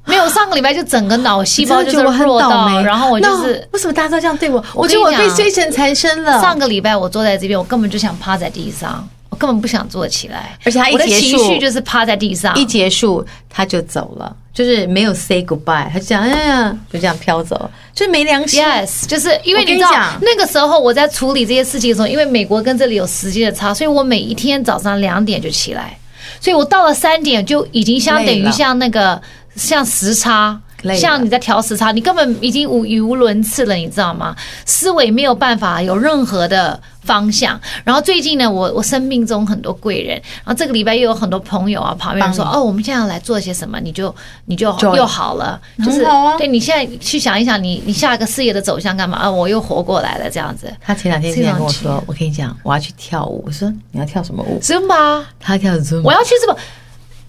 S2: 没有上个礼拜就整个脑细胞
S1: 我
S2: 就
S1: 真的觉得
S2: 是
S1: 我很
S2: 弱
S1: 倒
S2: 到，
S1: 霉。
S2: 然后我就
S1: No，
S2: 是
S1: 为什么大家都这样对我？我
S2: 我跟
S1: 觉得我
S2: 你
S1: 被
S2: 讲
S1: 追成缠身了。
S2: 上个礼拜我坐在这边，我根本就想趴在地上，我根本不想坐起来，
S1: 而且它一
S2: 我的
S1: 结
S2: 情
S1: 束
S2: 绪就是趴在地上，
S1: 一结束他就走了，就是没有 say goodbye，他就讲哎呀，就这样飘走，就是没良心。
S2: Yes，就是因为
S1: 我跟
S2: 你
S1: 你
S2: 知道
S1: 讲
S2: 那个时候我在处理这些事情的时候，因为美国跟这里有时间的差，所以我每一天早上两点就起来，所以我到了三点就已经相等
S1: 累
S2: 于
S1: 了
S2: 像那个像时差
S1: 累。了
S2: 像你在调时差，你根本已经无语无伦次了，你知道吗？思维没有办法有任何的方向。然后最近呢，我我生命中很多贵人，然后这个礼拜又有很多朋友啊，旁边人说哦，我们现在要来做些什么，你就你就
S1: Join
S2: 又好了，就
S1: 很
S2: 是
S1: 好啊
S2: 哎对你现在去想一想你，你下一个事业的走向干嘛啊？我又活过来了，这样子。
S1: 他前两天竟然跟我
S2: 这种
S1: 说：“我跟你讲，我要去跳舞。”我说：“你要跳什么舞
S2: 真吧？？”
S1: 他跳 z
S2: 我要去日本，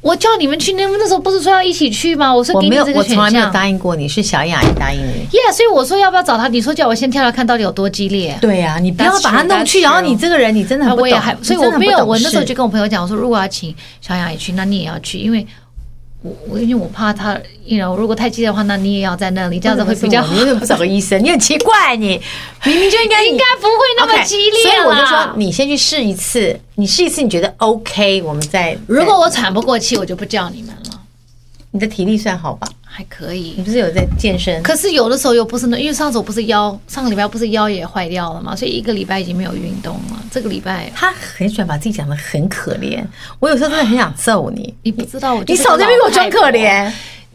S2: 我叫你们去，那那时候不是说要一起去吗？我说
S1: 我
S2: 给你
S1: 没有，
S2: 这
S1: 我
S2: 个选
S1: 从来没有
S2: 项。
S1: 答应过你，是小雅也答应你。
S2: Yeah，所以我说要不要找他？你说叫我先跳跳看到底有多激烈。
S1: 对呀、你不要
S2: That's
S1: 把他
S2: true,
S1: 弄去，
S2: that's
S1: 然后你这个人你真的很
S2: 啊，
S1: 不懂，
S2: 我也还，所以
S1: 你真
S2: 我
S1: 的很
S2: 没
S1: 不
S2: 有，
S1: 懂
S2: 我那时候
S1: 事
S2: 就跟我朋友讲，我说如果要请小雅也去，那你也要去，因为我我因为我怕他，you know，如果太激烈的话，那你也要在那里，这样子会比较好
S1: 你。为什么不找个医生？你很奇怪，你明明就应该
S2: 应该不会那么
S1: OK，
S2: 激烈啊
S1: 所以我就
S2: 啦
S1: 说，你先去试一次，你试一次，你觉得 OK，我们再。
S2: 如果
S1: 再
S2: 我喘不过气，我就不叫你们了，
S1: 你的体力算好吧，
S2: 还可以
S1: 你。不是有在健身？
S2: 可是有的时候又不是那，因为上次我不是腰，上个礼拜不是腰也坏掉了嘛，所以一个礼拜已经没有运动了。这个礼拜
S1: 他很喜欢把自己讲的很可怜，我有时候真的很想揍你。
S2: 你不知道我，
S1: 你少在那边给我装可怜，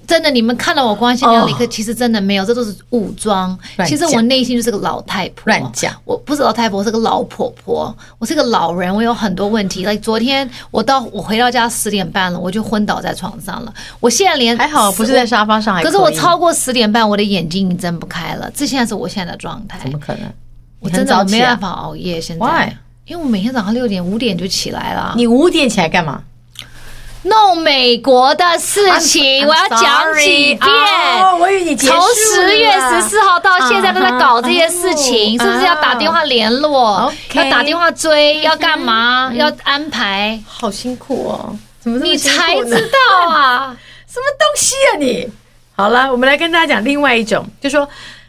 S2: 真的，你们看到我光鲜亮丽，
S1: 哦
S2: 可其实真的没有，这都是武装。
S1: 乱
S2: 其实我
S1: 讲
S2: 内心就是个老太婆，
S1: 乱讲
S2: 我不是老太婆，我是个老婆婆，我是个老人，我有很多问题。like, 昨天我到我回到家十点半了，我就昏倒在床上了。我现在连
S1: 还好不是在沙发上还
S2: 可
S1: 以，
S2: 是我超过十点半，我的眼睛已经睁不开了。这现在是我现在的状态
S1: 怎。么可能？
S2: 我
S1: 你很
S2: 真的
S1: 早
S2: 我
S1: 起
S2: 没
S1: 来
S2: 办法熬夜，现在
S1: Why？
S2: 因为我每天早上六点五点就起来了，
S1: 你五点起来干嘛？
S2: 弄美国的事情
S1: I'm
S2: 我要讲几
S1: sorry
S2: 遍。
S1: 哦我以为你结束
S2: 从
S1: 了啊
S2: 十月十四号到现在都在搞这些事情，
S1: 啊哈
S2: 是不是要打电话联络
S1: 哦？
S2: 要
S1: OK
S2: 打电话追？要干嘛？要安排？
S1: 好辛苦哦，怎么这么
S2: 你
S1: 辛苦
S2: 才
S1: 呢
S2: 知道啊！
S1: 什么东西啊你？好了，我们来跟大家讲另外一种，就说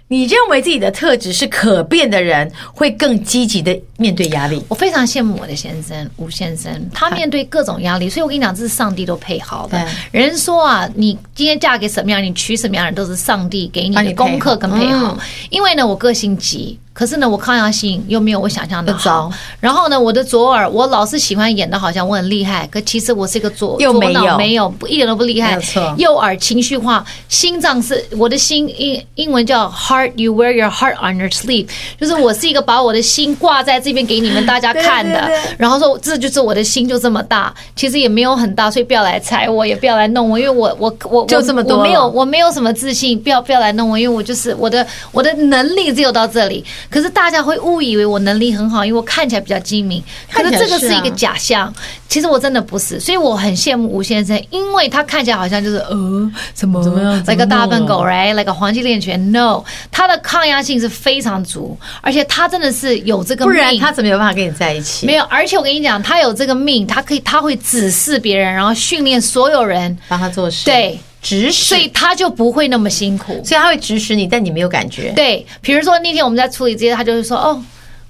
S1: 你认为自己的特质是可变的人，会更积极的面对压力。
S2: 我非常羡慕我的先生吴先生，他面对各种压力，所以我跟你讲，这是上帝都配好的。人说啊，你今天嫁给什么样，你娶什么样的人，都是上帝给你
S1: 帮
S2: 的
S1: 你配好嗯
S2: 功课跟配好。因为呢，我个性急，可是呢，我抗压性又没有我想象的
S1: 又
S2: 好
S1: 糟。
S2: 然后呢，我的左耳，我老是喜欢演的好像我很厉害，可其实我是一个左
S1: 又
S2: 左
S1: 没
S2: 脑
S1: 有
S2: 没有不一点都不厉害。
S1: 没有错
S2: 右耳情绪化，心脏是我的心英英文叫 heart。You wear your heart on your sleeve，就是我是一个把我的心挂在这边给你们大家看的。
S1: 对对对
S2: 然后说这就是我的心就这么大，其实也没有很大，所以不要来踩我，也不要来弄我，因为我我我
S1: 就这么多
S2: 我没有
S1: 了
S2: 我没有什么自信，不要不要来弄我，因为我就是我的我的能力只有到这里。可是大家会误以为我能力很好，因为我看起来比较精明，可
S1: 看起来
S2: 这个
S1: 是
S2: 是一
S1: 啊
S2: 个假象，其实我真的不是，所以我很羡慕吴先生，因为他看起来好像就是呃什么
S1: 怎么样
S2: 来
S1: 怎么
S2: 个
S1: 弄
S2: 大笨狗
S1: 啊
S2: right，来个黄金猎犬 no，他的抗压性是非常足，而且他真的是有这个
S1: 不然
S2: 命
S1: 他怎么有办法跟你在一起？
S2: 没有，而且我跟你讲，他有这个命，他可以，他会指示别人，然后训练所有人，
S1: 帮他做事，
S2: 对，
S1: 指使，所
S2: 所以
S1: 以
S2: 他就不会那么辛苦。
S1: 他会指使你，但你没有感觉。
S2: 对，比如说那天我们在处理这些，他就会说：“哦，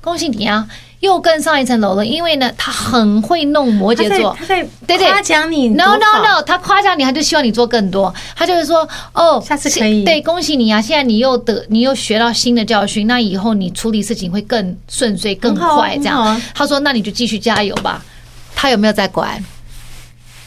S2: 恭喜你啊，又更上一层楼了。”因为呢，他很会弄摩羯座，
S1: 他在他
S2: 对对
S1: 在夸奖你
S2: No
S1: 多
S2: no
S1: 好
S2: no，他夸奖你，他就希望你做更多，他就会说哦，
S1: 下次
S2: 是
S1: 可以
S2: 对，恭喜你啊！现在你又得，你又学到新的教训，那以后你处理事情会更顺遂、更
S1: 很好啊
S2: 快。这
S1: 很好
S2: 样
S1: 啊，
S2: 他说那你就继续加油吧。他有没有在管？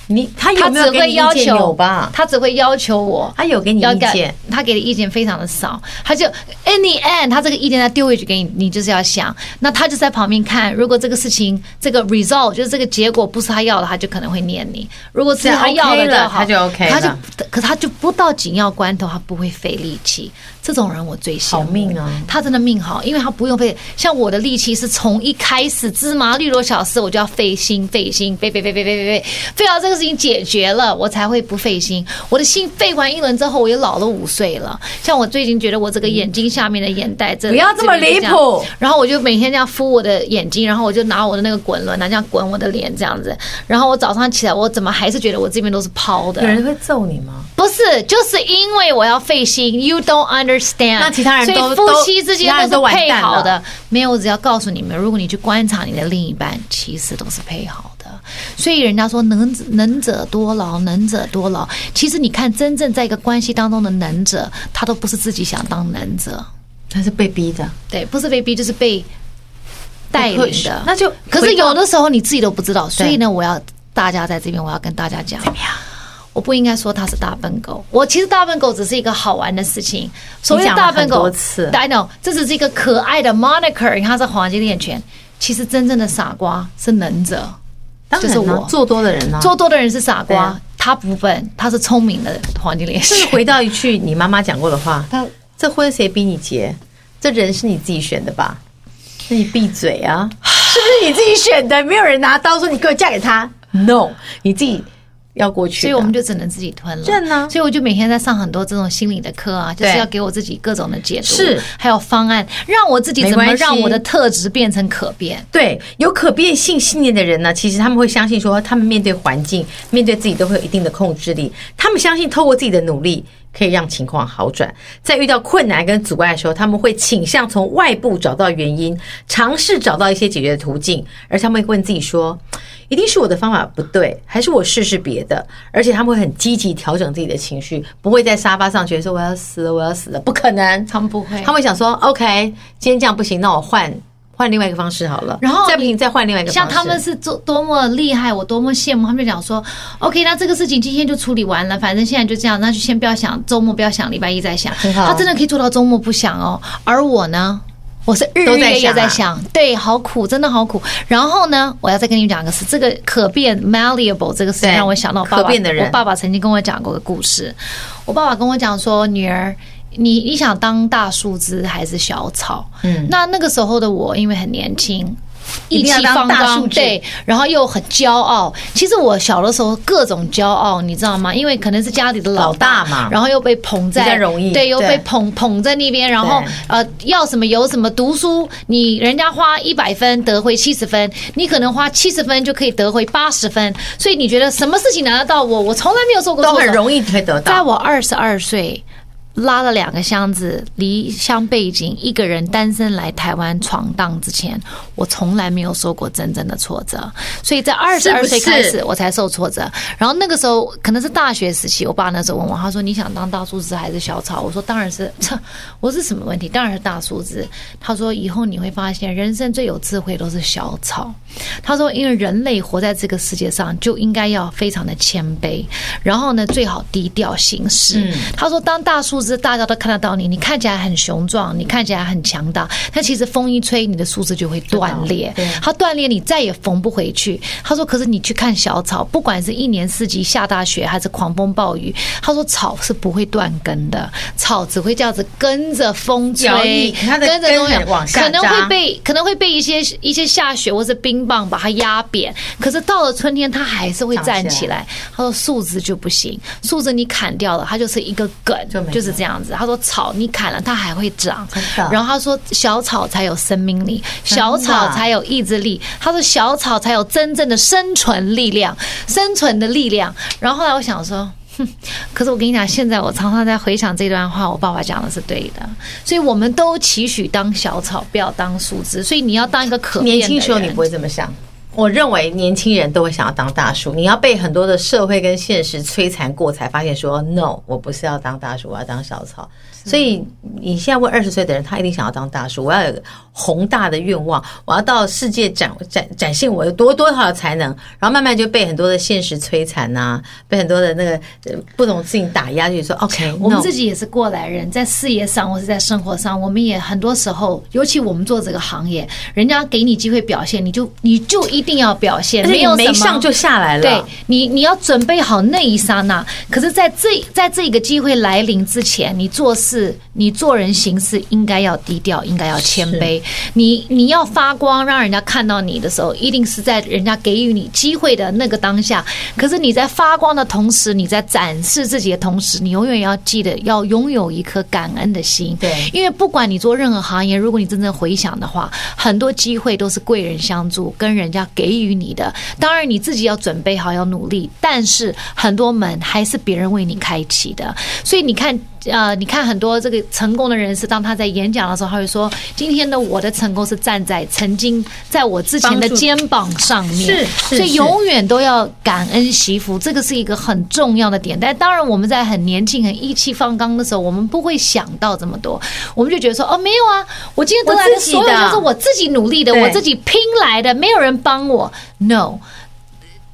S1: 你他
S2: 他
S1: 有没
S2: 只
S1: 有给
S2: 会
S1: 你
S2: 要
S1: 意见有
S2: 求
S1: 吧？
S2: 他只会要求我。
S1: 他有给你
S2: 要
S1: 意
S2: 改
S1: 见，
S2: 他给的意见非常的少，他就 in the end，他这个意见他丢回去给你，你就是要想，那他就在旁边看，如果这个事情这个 result 就是这个结果不是他要的，他就可能会念你；如果是
S1: 这样
S2: 他要的
S1: OK 了
S2: 好，
S1: 他就 OK
S2: 他就
S1: 了
S2: 可他就不到紧要关头，他不会费力气，这种人我最羡慕。
S1: 好命啊！
S2: 他真的命好，因为他不用费。像我的力气是从一开始芝麻绿萝小事，我就要费心费心费费费费费费费，费到这个事情解决了，我才会不费心。我的心费完一轮之后，我也老了五岁了。像我最近觉得我这个眼睛下面的眼袋，这
S1: 不要这么离
S2: 边就样
S1: 谱
S2: 然后我就每天这样敷我的眼睛，然后我就拿我的那个滚轮，拿这样滚我的脸这样子。然后我早上起来，我怎么还是觉得我这边都是泡的？
S1: 有人会揍你吗？
S2: 不是，就是因为我要费心，You don't understand。
S1: 那其他人
S2: 所
S1: 都
S2: 以夫妻之
S1: 都其他
S2: 间
S1: 人都
S2: 都是
S1: 完
S2: 配
S1: 蛋了
S2: 好的，没有，我只要告诉你们，如果你去观察你的另一半，其实都是配好的。所以人家说能能者多劳，能者多劳。其实你看，真正在一个关系当中的能者，他都不是自己想当能者，
S1: 他是被逼的，
S2: 对，不是被逼就是被带领的。
S1: 那就
S2: 可是
S1: 回到
S2: 有的时候你自己都不知道，所以呢，我要大家在这边，我要跟大家讲，我不应该说它是大笨狗。我其实大笨狗只是一个好玩的事情。所谓
S1: 你讲了
S2: 大笨
S1: 很
S2: 狗
S1: 多次
S2: ，I know，这只是一个可爱的 moniker，它是黄金猎犬。其实真正的傻瓜是能者，
S1: 当然
S2: 就是
S1: 啊
S2: 我
S1: 做多的人呢、
S2: 做多的人是傻
S1: 对
S2: 瓜
S1: 啊，
S2: 他不笨，他是聪明的黄金猎
S1: 这是
S2: 犬。
S1: 回到一句你妈妈讲过的话
S2: 他：“
S1: 这婚谁逼你结？这人是你自己选的吧？那你闭嘴啊！是不是你自己选的？没有人拿刀说你给我嫁给他。No，你自己要过去的。
S2: 所以我们就只能自己吞了。
S1: 真的啊
S2: 所以我就每天在上很多这种心理的课啊，就是
S1: 对
S2: 要给我自己各种的解读，
S1: 是
S2: 还有方案，让我自己怎么
S1: 没关系
S2: 让我的特质变成可变。
S1: 对有可变性信念的人呢，其实他们会相信说，他们面对环境、面对自己都会有一定的控制力。他们相信透过自己的努力，可以让情况好转。在遇到困难跟阻碍的时候，他们会倾向从外部找到原因，尝试找到一些解决的途径，而他们会问自己说，一定是我的方法不对，还是我试试别的？而且他们会很积极调整自己的情绪，不会在沙发上觉得说我要死了，我要死了，不可能。
S2: 他们不会，
S1: 他们想说，OK，今天这样不行，那我换换另外一个方式好了，
S2: 然后
S1: 再不
S2: 你
S1: 行再换另外一个方式。
S2: 像他们是多多么厉害，我多么羡慕。他们就讲说，OK，那这个事情今天就处理完了，反正现在就这样，那就先不要想周末，不要想礼拜一再想。
S1: 很好
S2: 他真的可以做到周末不想哦。而我呢，我是日
S1: 都
S2: 日
S1: 在
S2: 夜夜
S1: 想啊
S2: 在想，对，好苦，真的好苦。然后呢，我要再跟你讲个事，这个可变 malleable 这个事情
S1: 对
S2: 让我想到我爸爸
S1: 可变的人
S2: 我爸爸曾经跟我讲过个故事，我爸爸跟我讲说，女儿。你你想当大树枝还是小草？嗯，那那个时候的我，因为很年轻，
S1: 一
S2: 意
S1: 定
S2: 气
S1: 要当
S2: 方
S1: 大树
S2: 刚，
S1: 枝
S2: 对，然后又很骄傲。其实我小的时候各种骄傲，你知道吗？因为可能是家里的老
S1: 老大嘛
S2: 然后又被捧
S1: 比较
S2: 在，
S1: 容易
S2: 对，又
S1: 对
S2: 被捧捧在那边，然后
S1: 对
S2: 呃，要什么有什么。读书，你人家花一百分得回七十分，你可能花七十分就可以得回八十分，所以你觉得什么事情拿得到我？我从来没有做过
S1: 都
S2: 错
S1: 很
S2: 手
S1: 容易可以得
S2: 在
S1: 到。
S2: 我二十二岁，拉了两个箱子，离乡背井，一个人单身来台湾闯荡之前，我从来没有受过真正的挫折。所以在二十
S1: 是
S2: 二
S1: 不是
S2: 岁开始，我才受挫折。然后那个时候可能是大学时期，我爸那时候问我，他说：“你想当大树枝还是小草？”我说：“当然是， 切我是什么问题？当然是大树枝。”他说：“以后你会发现，人生最有智慧都是小草。”他说：“因为人类活在这个世界上，就应该要非常的谦卑，然后呢，最好低调行事。他说：“当大树枝，大家都看得到你，你看起来很雄壮，你看起来很强大，但其实风一吹，你的树枝就会断裂
S1: 对。
S2: 它断裂，你再也缝不回去。”他说：“可是你去看小草，不管是一年四季下大雪还是狂风暴雨，他说草是不会断根的，草只会这样子跟着风
S1: 摇
S2: 吹
S1: 曳，它的
S2: 跟着
S1: 根
S2: 东西
S1: 很往下
S2: 可能
S1: 扎
S2: 会被。”被可能会被一些一些下雪或是冰棒把它压扁，可是到了春天它还是会站
S1: 长起
S2: 起来。他说树枝就不行，树枝你砍掉了，它就是一个梗
S1: 就没，了
S2: 就是这样子。他说草你砍了它还会长
S1: 真的，
S2: 然后他说小草才有生命力，小草才有意志力。他说小草才有真正的生存力量，生存的力量。然后后来我想说。哼，可是我跟你讲，现在我常常在回想这段话，我爸爸讲的是对的，所以我们都期许当小草，不要当树枝。所以你要当一个可变的
S1: 年
S2: 人
S1: 轻时候你不会这么想。我认为年轻人都会想要当大叔，你要被很多的社会跟现实摧残过，才发现说 no，我不是要当大叔，我要当小草。所以你现在问二十岁的人，他一定想要当大叔，我要有宏大的愿望，我要到世界展展展现我有多多少的才能，然后慢慢就被很多的现实摧残呐、被很多的那个呃不同事情打压，就说 OK，
S2: 我们
S1: no
S2: 自己也是过来人，在事业上或是在生活上，我们也很多时候，尤其我们做这个行业，人家给你机会表现，你就你就一定要表现，
S1: 而且
S2: 没
S1: 你
S2: 有什
S1: 没
S2: 么
S1: 上就下来了，
S2: 对你，你要准备好那一刹那。可是在这在这个机会来临之前，你做事、你做人行事应该要低调，应该要谦卑。你你要发光，让人家看到你的时候，一定是在人家给予你机会的那个当下。可是你在发光的同时，你在展示自己的同时，你永远要记得要拥有一颗感恩的心。
S1: 对
S2: 因为不管你做任何行业，如果你真正回想的话，很多机会都是贵人相助，跟人家给予你的。当然你自己要准备好，要努力，但是很多门还是别人为你开启的。所以你看，呃，你看很多这个成功的人士，当他在演讲的时候，他会说：“今天的我的成功是站在曾经在我之前
S1: 帮
S2: 的
S1: 助
S2: 肩膀上面。”
S1: 是是
S2: 所以
S1: 是
S2: 永远都要感恩惜福，这个是一个很重要的点。但当然，我们在很年轻、很意气方刚的时候，我们不会想到这么多，我们就觉得说，哦，没有啊，我今天得来
S1: 我
S2: 的
S1: 自己的
S2: 所有都是我自己努力的，
S1: 对
S2: 我自己拼来的，没有人帮我。No。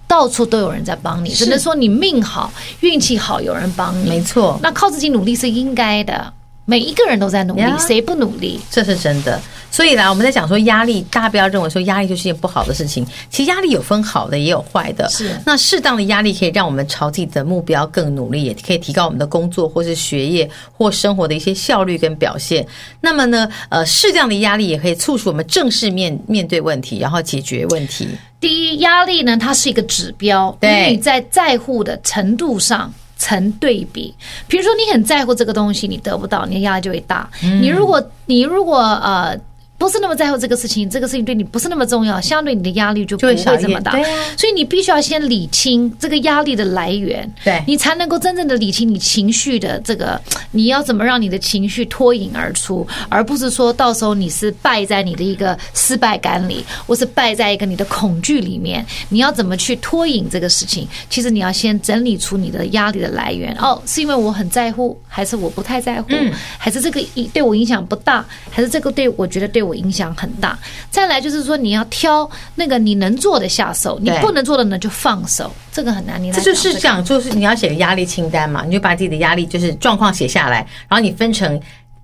S2: 到处都有人在帮你，只能说你命好、运气好，有人帮你。
S1: 没错
S2: 那靠自己努力是应该的，每一个人都在努力
S1: 呀，
S2: 谁不努力？
S1: 这是真的。所以呢，我们在讲说压力，大家不要认为说压力就是一件不好的事情。其实压力有分好的，也有坏的。
S2: 是
S1: 那适当的压力可以让我们朝自己的目标更努力，也可以提高我们的工作或是学业或生活的一些效率跟表现。那么呢，呃，适当的压力也可以促使我们正式面面对问题，然后解决问题。
S2: 第一，压力呢，它是一个指标，
S1: 对
S2: 与你在在乎的程度上。成对比，比如说你很在乎这个东西，你得不到，你的压力就会大。
S1: 嗯
S2: 你如果你如果呃不是那么在乎这个事情，这个事情对你不是那么重要，相对你的压力就不
S1: 就会
S2: 会
S1: 小一
S2: 这么
S1: 点
S2: 大。
S1: 对啊
S2: 所以你必须要先理清这个压力的来源，
S1: 对
S2: 你才能够真正的理清你情绪的这个，你要怎么让你的情绪脱颖而出，而不是说到时候你是败在你的一个失败感里，或是败在一个你的恐惧里面。你要怎么去脱颖这个事情？其实你要先整理出你的压力的来源。哦，是因为我很
S1: 嗯
S2: 在乎，还是我不太在乎，还是这个影对我影响不大，还是这个对我觉得对我我影响很大。再来就是说，你要挑那个你能做的下手，你
S1: 对
S2: 不能做的呢就放手，这个很难。你来
S1: 这
S2: 讲
S1: 就是
S2: 个
S1: 讲，就是你要写个压力清单嘛，你就把自己的压力就是状况写下来，然后你分成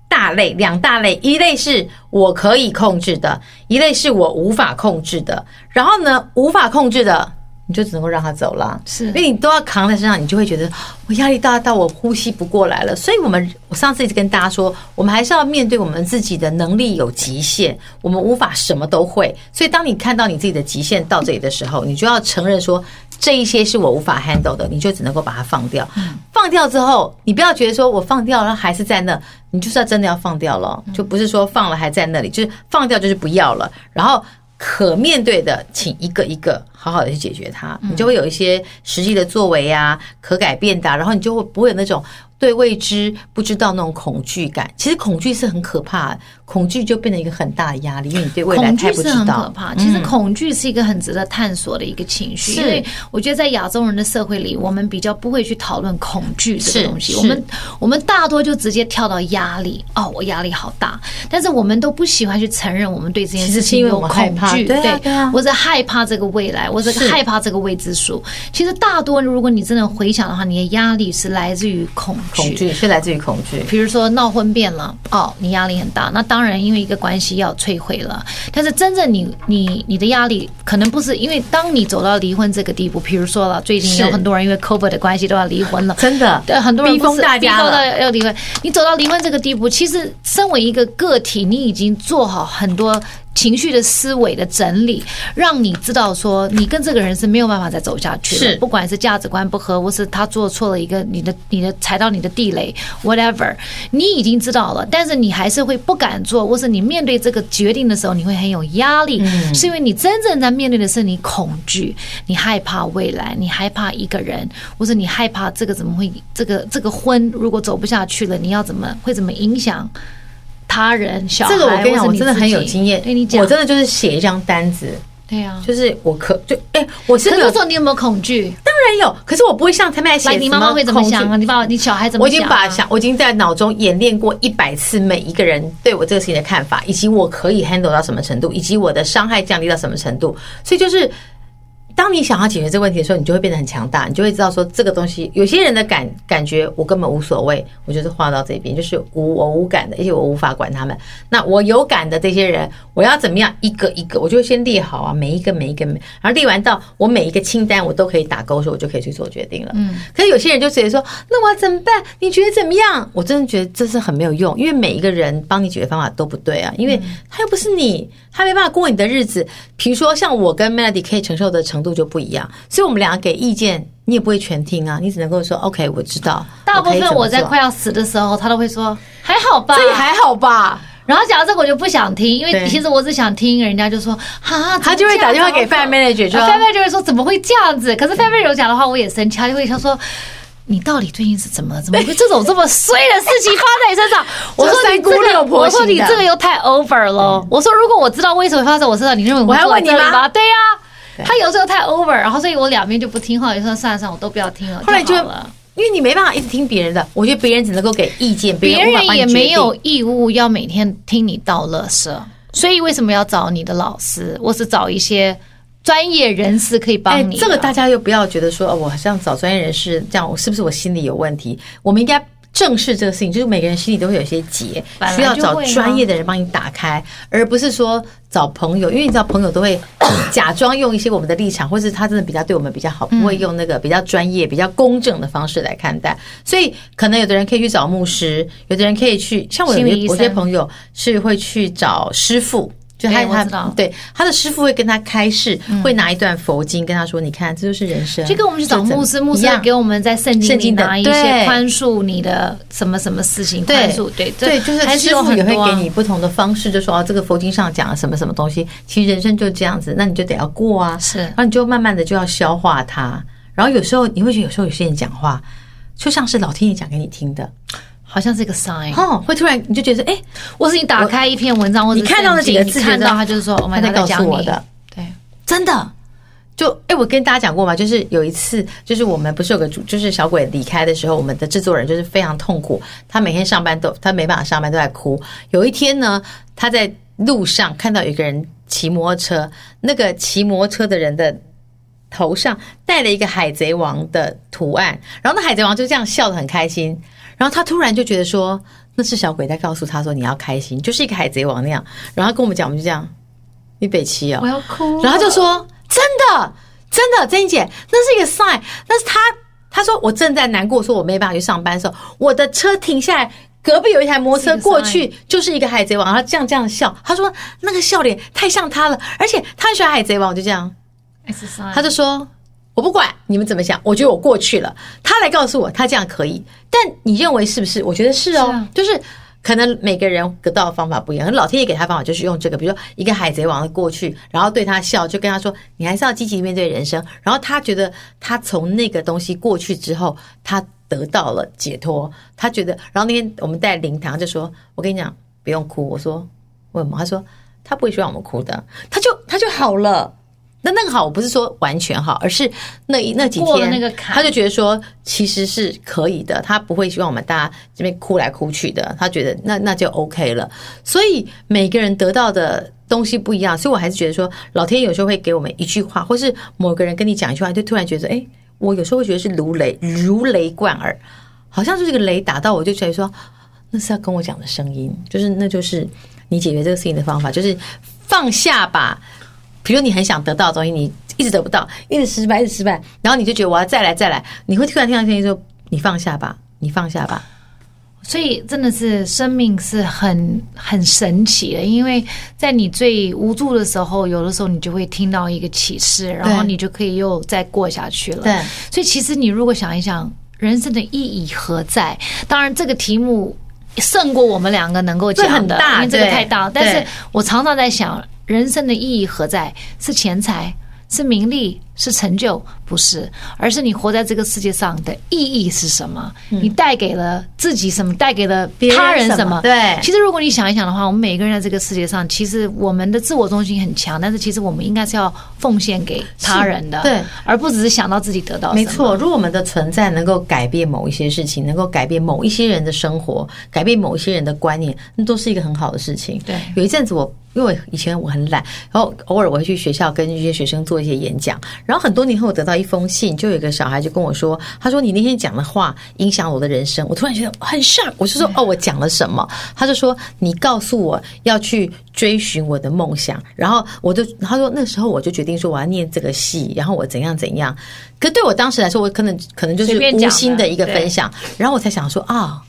S1: 大类两大类，一类是我可以控制的，一类是我无法控制的。然后呢，无法控制的。你就只能够让它走了，
S2: 是
S1: 因为你都要扛在身上，你就会觉得我压力大到我呼吸不过来了。所以，我们我上次一直跟大家说，我们还是要面对我们自己的能力有极限，我们无法什么都会。所以，当你看到你自己的极限到这里的时候，你就要承认说，这一些是我无法 handle 的，你就只能够把它放掉。放掉之后，你不要觉得说我放掉了还是在那，你就是要真的要放掉了，就不是说放了还在那里，就是放掉就是不要了，然后。可面对的，请一个一个好好的去解决它，
S2: 嗯
S1: 你就会有一些实际的作为啊，可改变的啊、然后你就会不会有那种对未知不知道那种恐惧感。其实恐惧是很可怕的，恐惧就变成一个很大的压力，因为你对未来
S2: 恐
S1: 太
S2: 惧
S1: 不
S2: 是
S1: 知
S2: 很可
S1: 道。嗯
S2: 怕，其实恐惧是一个很值得探索的一个情绪，
S1: 是
S2: 因为我觉得在亚洲人的社会里，我们比较不会去讨论恐惧这
S1: 是
S2: 个东西，
S1: 是
S2: 我们我们大多就直接跳到压力，哦，我压力好大，但是我们都不喜欢去承认我们对这件
S1: 其实
S2: 事
S1: 是因
S2: 情
S1: 为
S2: 有
S1: 我们害
S2: 恐
S1: 怕
S2: 惧，
S1: 对啊对啊
S2: 我是害怕这个未来，我是
S1: 是
S2: 害怕这个未知数。其实大多如果你真的回想的话，你的压力是来自于恐惧，
S1: 恐惧是来自于恐惧，
S2: 比如说闹婚变了，哦，你压力很大。那当然，因为一个关系要摧毁了。但是真正你你你的压力，可能不是因为当你走到离婚这个地步，比如说了，最近
S1: 是
S2: 有很多人因为 COVID 的关系都要离婚了。
S1: 真的
S2: 对，很多人
S1: 逼
S2: 不
S1: 疯
S2: 是
S1: 大家
S2: 逼到
S1: 了
S2: 到要要离婚。你走到离婚这个地步，其实身为一个个体，你已经做好很多情绪的思维的整理，让你知道说你跟这个人是没有办法再走下去了。
S1: 是
S2: 不管是价值观不合，或是他做错了一个你的你的踩到你的地雷，whatever，你已经知道了，但是你还是会不敢做，或是你面对这个决定的时候，你会很有压力，
S1: 嗯
S2: 是因为你真正在面对的是你恐惧，你害怕未来，你害怕一个人，或是你害怕这个怎么会这个这个婚如果走不下去了，你要怎么会怎么影响？他人、小孩，
S1: 这个我跟你讲，
S2: 或
S1: 我
S2: 是
S1: 真的
S2: 自
S1: 很有
S2: 己
S1: 经验。
S2: 对你讲，
S1: 我真的就是写一张单子，
S2: 对呀、啊。
S1: 就是我可就哎、我是
S2: 可
S1: 没
S2: 是
S1: 有
S2: 那时候你有没有恐惧？
S1: 当然有，可是我不会像他们来写
S2: 来，你妈妈会怎么
S1: 什
S2: 想啊？
S1: 恐惧
S2: 你爸爸、你小孩怎么
S1: 我已
S2: 想、啊？
S1: 经把想，我已经在脑中演练过一百次每一个人对我这个事情的看法，以及我可以 handle 到什么程度，以及我的伤害降低到什么程度。所以就是，当你想要解决这个问题的时候，你就会变得很强大，你就会知道说这个东西。有些人的感感觉我根本无所谓，我就是画到这边，就是无我无感的，而且我无法管他们。那我有感的这些人，我要怎么样一个一个，我就会先列好啊，每一个每一个，每然后列完到我每一个清单我都可以打勾，所以我就可以去做决定了。嗯，可是有些人就直接说，那我要怎么办？你觉得怎么样？我真的觉得这是很没有用，因为每一个人帮你解决方法都不对啊，因为
S2: 嗯
S1: 他又不是你，他没办法过你的日子。比如说像我跟 Melody 可以承受的程度就不一样，所以我们两个给意见。你也不会全听啊，你只能够说 OK，我知道。
S2: 大部
S1: 我可以
S2: 分
S1: 怎么
S2: 我在
S1: 做
S2: 快要死的时候，他都会说还好吧。
S1: 这也还好 吧，
S2: 然后讲到这个我就不想听，因
S1: 对
S2: 为其实我只想听，人家就说哈，
S1: 他就会打电话给 fan manager 说
S2: f a n manager 就会说怎么会这样子？可是 fan manager 讲的话我也生气，他就会想说。你到底最近是怎么 了？怎么会这种这么衰的事情发在你身上？我说你
S1: 三姑
S2: 这
S1: 六
S2: 个，
S1: 婆
S2: 我说你
S1: 型的嗯
S2: 这个又太 over 了。我说如果我知道为什么发生在我身上，你认为我
S1: 我还
S2: 坐在
S1: 问你
S2: 这里
S1: 吗
S2: 吗？对呀、他有时候太 over，然后所以我两边就不听，后来就说算了算了，我都不要听了。
S1: 后来就
S2: 好了。
S1: 因为你没办法一直听别人的，我觉得别人只能够给意见，
S2: 别
S1: 人无法
S2: 人
S1: 帮你
S2: 也
S1: 决
S2: 没
S1: 定
S2: 有义务要每天听你倒垃圾，所以为什么要找你的老师，或是找一些专业人士可以帮你、
S1: 哎这个大家又不要觉得说，哦，我好像找专业人士这样，我是不是我心里有问题？我们应该。正视这个事情，就是每个人心里都会有一些结
S2: 本，来
S1: 需要
S2: 就
S1: 找
S2: 会啊
S1: 专业的人帮你打开，而不是说找朋友，因为你知道朋友都 会假装用一些我们的立场，或是他真的比较对我们比较好，
S2: 嗯
S1: 不会用那个比较专业、比较公正的方式来看待。所以，可能有的人可以去找牧师，有的人可以去，像我有
S2: 心理
S1: 些
S2: 医
S1: 有
S2: 生
S1: 些朋友是会去找师傅，就他
S2: 对我
S1: 他
S2: 知道
S1: 对他的师傅会跟他开示，会拿一段佛经跟他说：“你看，这就是人生。”
S2: 就跟我们去找牧师，牧师
S1: 一样
S2: 给我们在圣经
S1: 圣
S2: 里
S1: 经的
S2: 拿一
S1: 对
S2: 些宽恕你的什么什么事情，宽
S1: 对
S2: 恕对
S1: 对，就是
S2: 还
S1: 师
S2: 是有
S1: 傅
S2: 很
S1: 也会
S2: 多啊
S1: 给你不同的方式，就说哦，这个佛经上讲了什么什么东西，其实人生就这样子，那你就得要过啊，
S2: 是
S1: 然后你就慢慢的就要消化它，然后有时候你会觉得有时候有些人讲话，就像是老天爷讲给你听的，
S2: 好像是一个 sign，
S1: 哦，会突然你就觉得哎，
S2: 或是你打开一篇文章，或者
S1: 你看到那几个字
S2: 你看
S1: 觉得
S2: 到他就是说，哦我
S1: 他
S2: 们
S1: 在告
S2: 讲
S1: 诉我
S2: 你
S1: 的，，
S2: 对，
S1: 真的。就哎、我跟大家讲过嘛，就是有一次，就是我们不是有个主，就是小鬼离开的时候，我们的制作人就是非常痛苦，他每天上班都他没办法上班都在哭。有一天呢，他在路上看到有个人骑摩托车，那个骑摩托车的人的头上戴了一个海贼王的图案，然后那海贼王就这样笑得很开心，然后他突然就觉得说那是小鬼在告诉他说你要开心，就是一个海贼王那样，然后他跟我们讲，我们就这样，你北齐哦
S2: 我，要哭了。
S1: 然后就说：“真的，真的，珍妮姐，那是一个 sign。”但是他他说我正在难过，说我没办法去上班的时候，我的车停下来，隔壁有一台摩托车
S2: 是一个 sign
S1: 过去，就是一个海贼王，然后这样这样笑。他说那个笑脸太像他了，而且他很喜欢海贼王，我就这样。
S2: exercise，
S1: 他就说：“我不管你们怎么想，我觉得我过去了。”他来告诉我，他这样可以。但你认为是不是？我觉得是哦，
S2: 是啊
S1: 就是可能每个人得到的方法不一样。可能老天爷给他方法就是用这个，比如说一个海贼王的过去，然后对他笑，就跟他说：“你还是要积极面对人生。”然后他觉得他从那个东西过去之后，他得到了解脱。他觉得，然后那天我们带灵堂就说：“我跟你讲，不用哭。”我说：“为什么？”他说：“他不会希望我们哭的，他就他就好了。”那那个好，我不是说完全好，而是那一那几
S2: 过了
S1: 天
S2: 那个坎
S1: 他就觉得说其实是可以的，他不会希望我们大家这边哭来哭去的，他觉得那那就 OK 了。所以每个人得到的东西不一样，所以我还是觉得说，老天有时候会给我们一句话，或是某个人跟你讲一句话，就突然觉得，哎，我有时候会觉得是如雷如雷贯耳，好像就是个雷打到我，就觉得说那是要跟我讲的声音，就是那就是你解决这个事情的方法，就是放下吧。比如你很想得到的东西，你一直得不到，一直失败，一直失败，然后你就觉得我要再来再来，你会突然听到声音说：“你放下吧，你放下吧。
S2: 所以真的是生命是很很神奇的，因为在你最无助的时候，有的时候你就会听到一个启示，然后
S1: 对
S2: 你就可以又再过下去了。
S1: 对，
S2: 所以其实你如果想一想，人生的意义何在？当然，这个题目胜过我们两个能够
S1: 这
S2: 讲
S1: 很
S2: 的，
S1: 大
S2: 因为这个
S1: 对
S2: 太大了。但是
S1: 对
S2: 我常常在想，人生的意义何在？是钱财？是名利，是成就，不是，而是你活在这个世界上的意义是什么？你带给了自己什么？带给了
S1: 别嗯人
S2: 他人
S1: 什
S2: 什
S1: 么对
S2: 其实如果你想一想的话，我们每个人在这个世界上，其实我们的自我中心很强，但是其实我们应该是要奉献给他人的，
S1: 对，
S2: 而不只是想到自己得哦到什么。
S1: 没错，如果我们的存在能够改变某一些事情，能够改变某一些人的生活，改变某一些人的观念，那都是一个很好的事情。
S2: 对
S1: 有一阵子我因为以前我很懒，然后偶尔我会去学校跟一些学生做一些演讲，然后很多年后我得到一封信，就有一个小孩就跟我说，他说你那天讲的话影响我的人生，我突然觉得很 shock，我
S2: 嗯
S1: 就说哦我讲了什么？他就说你告诉我要去追寻我的梦想，然后我就他说那时候我就决定说我要念这个系，然后我怎样怎样，可对我当时来说，我可能可能就是
S2: 随便
S1: 无
S2: 讲
S1: 心
S2: 的
S1: 的一个
S2: 对
S1: 分享，然后我才想说啊。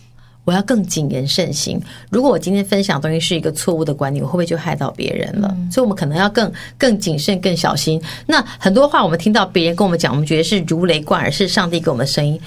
S1: 我要更谨言慎行。如果我今天分享的东西是一个错误的观念，我会不会就害到别人了？
S2: 嗯
S1: 所以，我们可能要更更谨慎、更小心。那很多话我们听到别人跟我们讲，我们觉得是如雷贯耳，是上帝给我们的声音。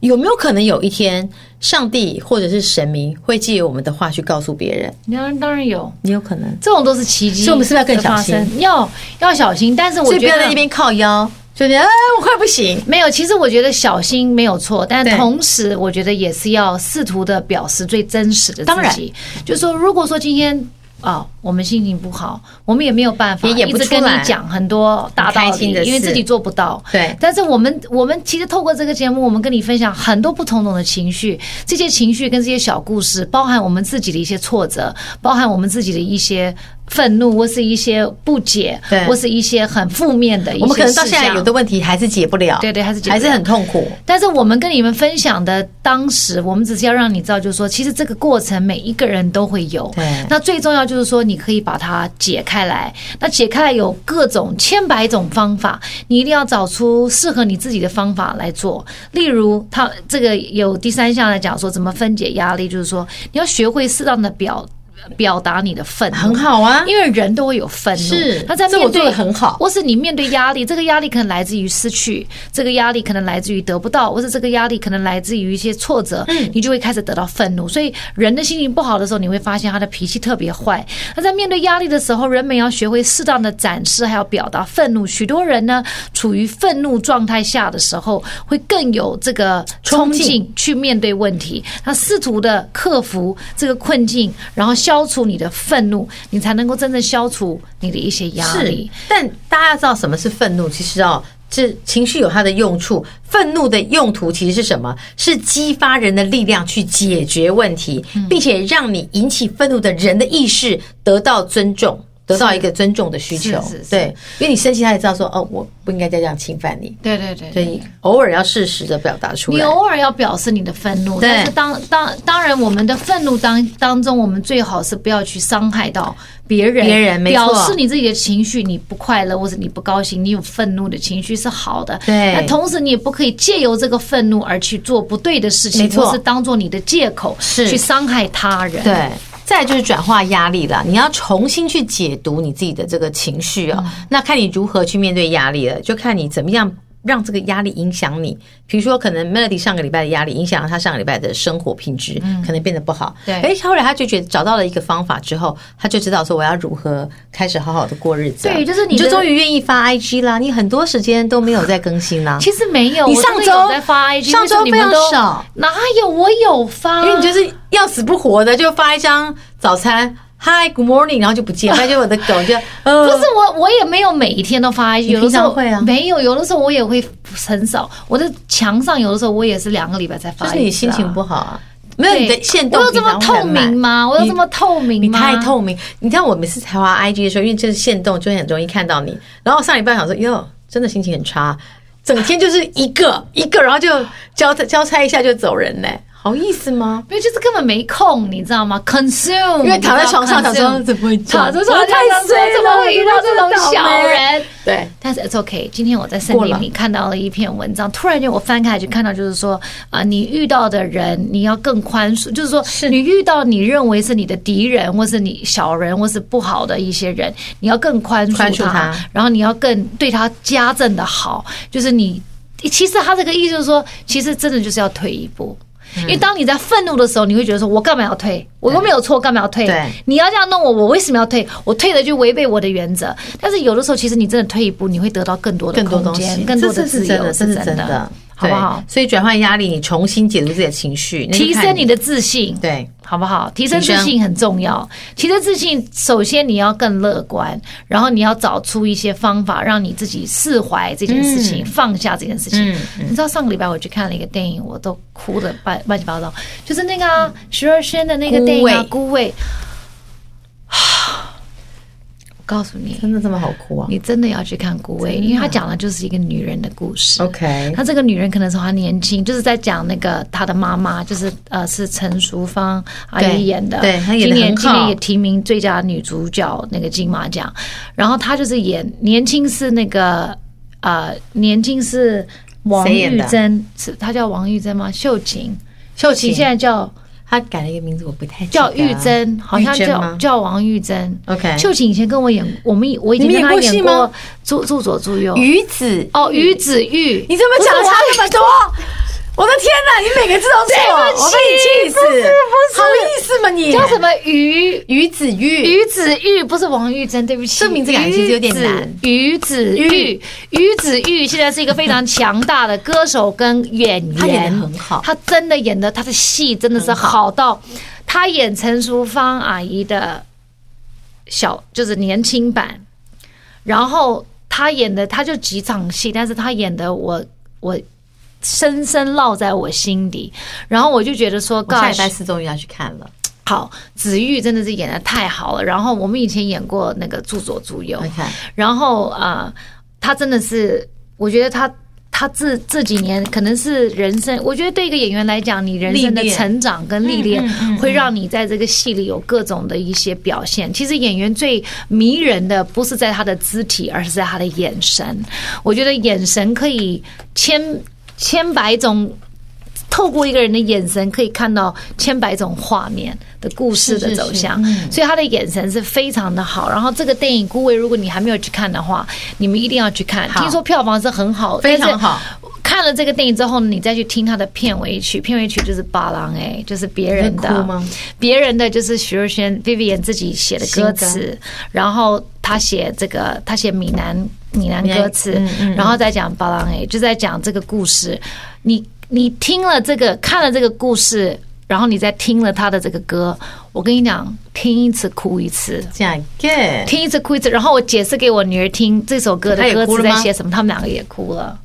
S1: 有没有可能有一天，上帝或者是神明会借由我们的话去告诉别人？
S2: 当然当然有，
S1: 也有可能，
S2: 这种都是奇迹。
S1: 所以我们是不是要更小心
S2: 发生？要要小心，但是我
S1: 所以不
S2: 觉
S1: 要在那
S2: 得。
S1: 边靠腰，就觉得哎，我快不行。
S2: 没有，其实我觉得小心没有错，但
S1: 对
S2: 同时我觉得也是要试图的表示最真实的
S1: 当然
S2: 自己。就是说，如果说今天啊、我们心情不好，我们也没有办法
S1: 也演
S2: 一
S1: 不
S2: 直
S1: 出
S2: 跟你
S1: 来
S2: 讲很多大道
S1: 很开
S2: 理
S1: 心的，
S2: 因为自
S1: 事
S2: 己做不到。
S1: 对
S2: 但是我们我们其实透过这个节目，我们跟你分享很多不同种的情绪，这些情绪跟这些小故事，包含我们自己的一些挫折，包含我们自己的一些愤怒，或是一些不解
S1: 对，
S2: 或是一些很负面的一些
S1: 我们可能到现在
S2: 事项
S1: 有的问题还是解不了，
S2: 对对还是解不了
S1: 还是很痛苦。
S2: 但是我们跟你们分享的当时，我们只是要让你知道，就是说，其实这个过程每一个人都会有
S1: 对。
S2: 那最重要就是说，你可以把它解开来。那解开来有各种千百种方法，你一定要找出适合你自己的方法来做。例如，他这个有第三项来讲说怎么分解压力，就是说你要学会适当的表呃表达你的愤怒，
S1: 很好啊
S2: 因为人都会有愤怒。
S1: 是
S2: 那在
S1: 这
S2: 面
S1: 我
S2: 对
S1: 做得很好
S2: 或是你面对压力，这个压力可能来自于失去，这个压力可能来自于得不到，或是这个压力可能来自于一些挫折，
S1: 嗯
S2: 你就会开始得到愤怒。所以人的心情不好的时候，你会发现他的脾气特别坏。那在面对压力的时候，人们要学会适当的展示，还有表达愤怒。许多人呢，处于愤怒状态下的时候，会更有这个冲
S1: 冲劲
S2: 劲去面对问题，他试图的克服这个困境，然后消除你的愤怒，你才能够真正消除你的一些压力。
S1: 是，但大家要知道什么是愤怒，其实哦，这情绪有它的用处，愤怒的用途其实是什么？是激发人的力量去解决问题，
S2: 嗯
S1: 并且让你引起愤怒的人的意识得到尊重，得到一个尊重的需求
S2: 是是是。
S1: 对，因为你生气，他也知道说，哦，我不应该再这样侵犯你，
S2: 对对对
S1: 所
S2: 对
S1: 以你偶尔要适时的表达出
S2: 你
S1: 来。
S2: 偶尔要表示你的愤怒，
S1: 对
S2: 但是当当当然，我们的愤怒当当中，我们最好是不要去伤害到别人。
S1: 别人没错
S2: 表示你自己的情绪，你不快乐或者你不高兴，你有愤怒的情绪是好的。
S1: 对
S2: 那同时你也不可以借由这个愤怒而去做不对的事
S1: 没
S2: 情，
S1: 错
S2: 或是当做你的借口
S1: 是
S2: 去伤害他人。
S1: 对，再来就是转化压力了。你要重新去解读你自己的这个情绪
S2: 嗯
S1: 哦，那看你如何去面对压力了，就看你怎么样。让这个压力影响你，比如说，可能 Melody 上个礼拜的压力影响了他上个礼拜的生活品质，可能变得不好。
S2: 嗯对
S1: 哎，后来他就觉得找到了一个方法之后，他就知道说我要如何开始好好的过日子啊。
S2: 对就是你
S1: 你就
S2: 的
S1: 终于愿意发 IG 啦，你很多时间都没有在更新 啦，
S2: 其实没有，
S1: 你
S2: 我真的
S1: 上周
S2: 有在发 IG，
S1: 上周
S2: 为什么你们都
S1: 非常少，
S2: 哪有我有发？
S1: 因为你就是要死不活的，就发一张早餐，Hi Good Morning，然后就不见，发现我的狗 就呃
S2: 不是我，我也没有每一天都发，有的时
S1: 平
S2: 候
S1: 常会啊
S2: 没有，有的时候我也会很少。我的墙上有的时候我也是两个礼拜才发
S1: 就
S2: 一次啊、
S1: 是你心情不好啊，没有
S2: 对，
S1: 你的限度，
S2: 我有这么透明吗？我有这么透明
S1: 你
S2: 吗？
S1: 太透明，你知道我每次才滑 IG 的时候，因为这是限动，就很容易看到你。然后上礼拜想说，哟，真的心情很差，整天就是一个一个，然后就交交差一下就走人嘞、好意思吗？
S2: 因为就是根本没空，你知道吗？consume，
S1: 因为躺在
S2: 你知道
S1: 床上想说
S2: consume
S1: 怎么会这样
S2: 躺在床上
S1: 我太
S2: 想说
S1: 衰了
S2: 怎么会遇到这
S1: 我真的
S2: 种
S1: 倒
S2: 小
S1: 霉
S2: 人？
S1: 对，
S2: 但是 it's okay。今天我在森
S1: 过
S2: 林
S1: 了
S2: 里看到了一篇文章，突然间我翻开去看到，就是说啊、你遇到的人你要更宽恕，就是说你遇到你认为是你的敌人，或是你小人，或是不好的一些人，你要更宽恕
S1: 宽恕他
S2: 然后你要更对他加赠的好，就是你其实他这个意思就是说，其实真的就是要退一步。
S1: 嗯
S2: 因为当你在愤怒的时候，你会觉得说：“我干嘛要退？我又没有错，干嘛要退？”
S1: 对
S2: 你要这样弄我，我为什么要退？我退了就违背我的原则。但是有的时候，其实你真的退一步，你会得到更多的
S1: 更多
S2: 空
S1: 东西，
S2: 间，更多的
S1: 这是
S2: 自
S1: 真
S2: 由，
S1: 的，这是真的，
S2: 好不好
S1: 对？所以转换压力，你重新解读自己的情绪，那就
S2: 提
S1: 看
S2: 升你的自信，
S1: 对。
S2: 好不好？提升
S1: 提
S2: 自
S1: 升
S2: 信很重要。提升自信，首先你要更乐观，然后你要找出一些方法，让你自己释怀这件事情，放下这件事情。你知道上个礼拜我去看了一个电影，我都哭的乱乱七八糟，就是那个、啊徐若瑄的那个电影啊，《孤味》。我告诉你，
S1: 真的这么好哭啊
S2: 你真的要去看《孤味》，因为他讲的就是一个女人的故事。
S1: ？OK，
S2: 她这个女人可能从她年轻，就是在讲那个她的妈妈，就是呃是陈淑芳阿
S1: 对
S2: 姨演的，
S1: 对她演得
S2: 今
S1: 很
S2: 年
S1: 好
S2: 今年也提名最佳女主角那个金马奖，然后她就是演年轻是那个呃年轻是王
S1: 谁演
S2: 玉
S1: 的
S2: 珍，是她叫王玉珍吗？秀琴，
S1: 秀
S2: 你
S1: 琴
S2: 现在叫
S1: 他改了一个名字，我不太记得
S2: 叫玉珍，好像
S1: 玉珍
S2: 叫
S1: 吗
S2: 叫王玉珍。
S1: OK
S2: 秀琴以前跟我演，我们我已经
S1: 你们
S2: 跟她
S1: 演过戏
S2: 演
S1: 吗
S2: 过《住住左住右》
S1: 鱼子
S2: 哦，于子玉，
S1: 你这么讲
S2: 不是我
S1: 差这么多，我的天哪！你每个字都错，
S2: 对不起
S1: 我被你气死，
S2: 不是不是
S1: 好意思吗你？
S2: 叫什？么于
S1: 鱼子玉，
S2: 于子玉？不是王玉珍，对不起，
S1: 这名字感觉有点难
S2: 于子玉，于子玉现在是一个非常强大的歌手跟演员，
S1: 他演得很好
S2: 他真的演的他的戏真的是好到，他演陈淑芳阿姨的小就是年轻版，然后他演的他就几场戏，但是他演的我我。深深烙在我心底，然后我就觉得说，
S1: 我下
S2: gosh
S1: 礼拜四终于要去看了。
S2: 好，子玉真的是演的太好了。然后我们以前演过那个《助左助右》，
S1: OK，
S2: 然后啊、呃他真的是，我觉得他他这这几年可能是人生，我觉得对一个演员来讲，你人生的
S1: 历练
S2: 成长跟历练，会让你在这个戏里有各种的一些表现。其实演员最迷人的不是在他的肢体，而是在他的眼神。我觉得眼神可以千千百种。透过一个人的眼神，可以看到千百种画面的故事的走向，
S1: 嗯
S2: 所以他的眼神是非常的好。然后这个电影《孤味》，如果你还没有去看的话，你们一定要去看。
S1: 好
S2: 听说票房是很好，
S1: 非常好。
S2: 看了这个电影之后，你再去听他的片尾曲，片尾曲就是《巴郎》哎，就是别人
S1: 你会
S2: 的
S1: 哭吗，
S2: 别人的就是徐若瑄、Vivian 自己写的歌词，然后他写这个，他写闽南闽南歌词，
S1: 闽南嗯嗯
S2: 然后再讲巴郎诶，就在讲这个故事。你你听了这个，看了这个故事，然后你再听了他的这个歌，我跟你讲，听一次哭一次，
S1: 假 gay，
S2: 听一次哭一次。然后我解释给我女儿听这首歌
S1: 她
S2: 的
S1: 也
S2: 歌
S1: 哭
S2: 词
S1: 了
S2: 在
S1: 吗
S2: 写什么，他们两个也哭了。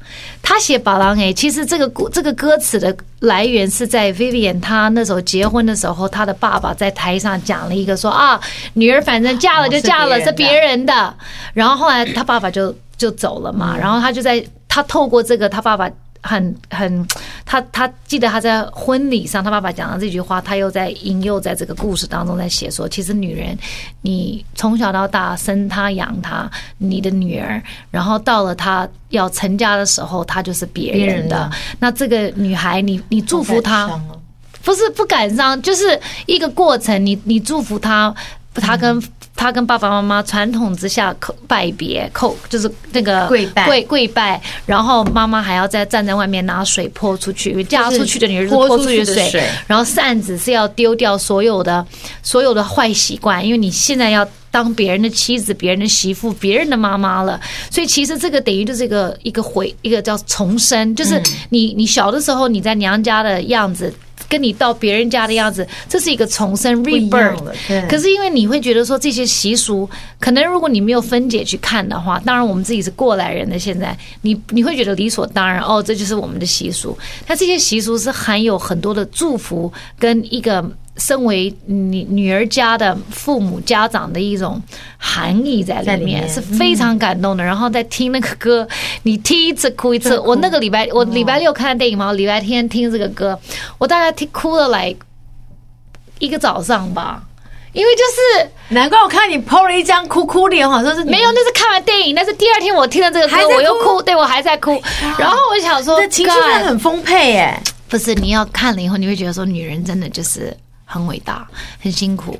S2: 他写《把郎》哎，其实这个故这个歌词的来源是在 Vivian 她那时候结婚的时候，她的爸爸在台上讲了一个说啊，女儿反正嫁了就嫁了，
S1: 哦
S2: 是
S1: 是
S2: 别
S1: 别人的
S2: 人的。然后后来他爸爸就就走了嘛，然后他就在他透过这个他爸爸。很很，他他记得他在婚礼上，他爸爸讲的这句话，他又在引诱在这个故事当中在写说，其实女人，你从小到大生她养她，你的女儿，然后到了她要成家的时候，她就是别
S1: 别
S2: 人
S1: 人
S2: 的
S1: 的。
S2: 那这个女孩，你你祝福她，
S1: 好感伤哦
S2: 不是不感伤，就是一个过程。你你祝福他，他跟、他跟爸爸妈妈传统之下叩拜别叩，就是那个
S1: 跪拜
S2: 跪跪拜，然后妈妈还要再站在外面拿水泼出去，因为嫁
S1: 就是
S2: 出去的女人是
S1: 泼
S2: 泼
S1: 出
S2: 出
S1: 去
S2: 去
S1: 的
S2: 水，
S1: 水
S2: 然后扇子是要丢掉所有的所有的坏习惯，因为你现在要当别人的妻子、别人的媳妇、别人的妈妈了，所以其实这个等于就是一个一个回一个叫重生，
S1: 嗯
S2: 就是你你小的时候你在娘家的样子。跟你到别人家的样子，这是一个重生
S1: 一样
S2: rebirth
S1: 了对。
S2: 可是因为你会觉得说这些习俗，可能如果你没有分解去看的话，当然我们自己是过来人的，现在你你会觉得理所当然，哦，这就是我们的习俗。但这些习俗是含有很多的祝福跟一个。身为你女儿家的父母家长的一种含义在
S1: 在
S2: 里
S1: 里
S2: 面，
S1: 面嗯
S2: 是非常感动的。然后再听那个歌，你听一次哭一次。我那个礼拜我礼拜六看的电影嘛，我礼拜天听这个歌，我大概听哭了来一个早上吧，因为就是
S1: 难怪我看你 PO 了一张哭哭脸，好像是你
S2: 没有，那是看完电影，但是第二天我听了这个
S1: 还在
S2: 歌，
S1: 哭哎
S2: 我又哭，对我还在哭。然后我想说
S1: 你的，情绪真的
S2: God，
S1: 很丰沛哎，
S2: 不是你要看了以后，你会觉得说，女人真的就是很伟大，很辛苦，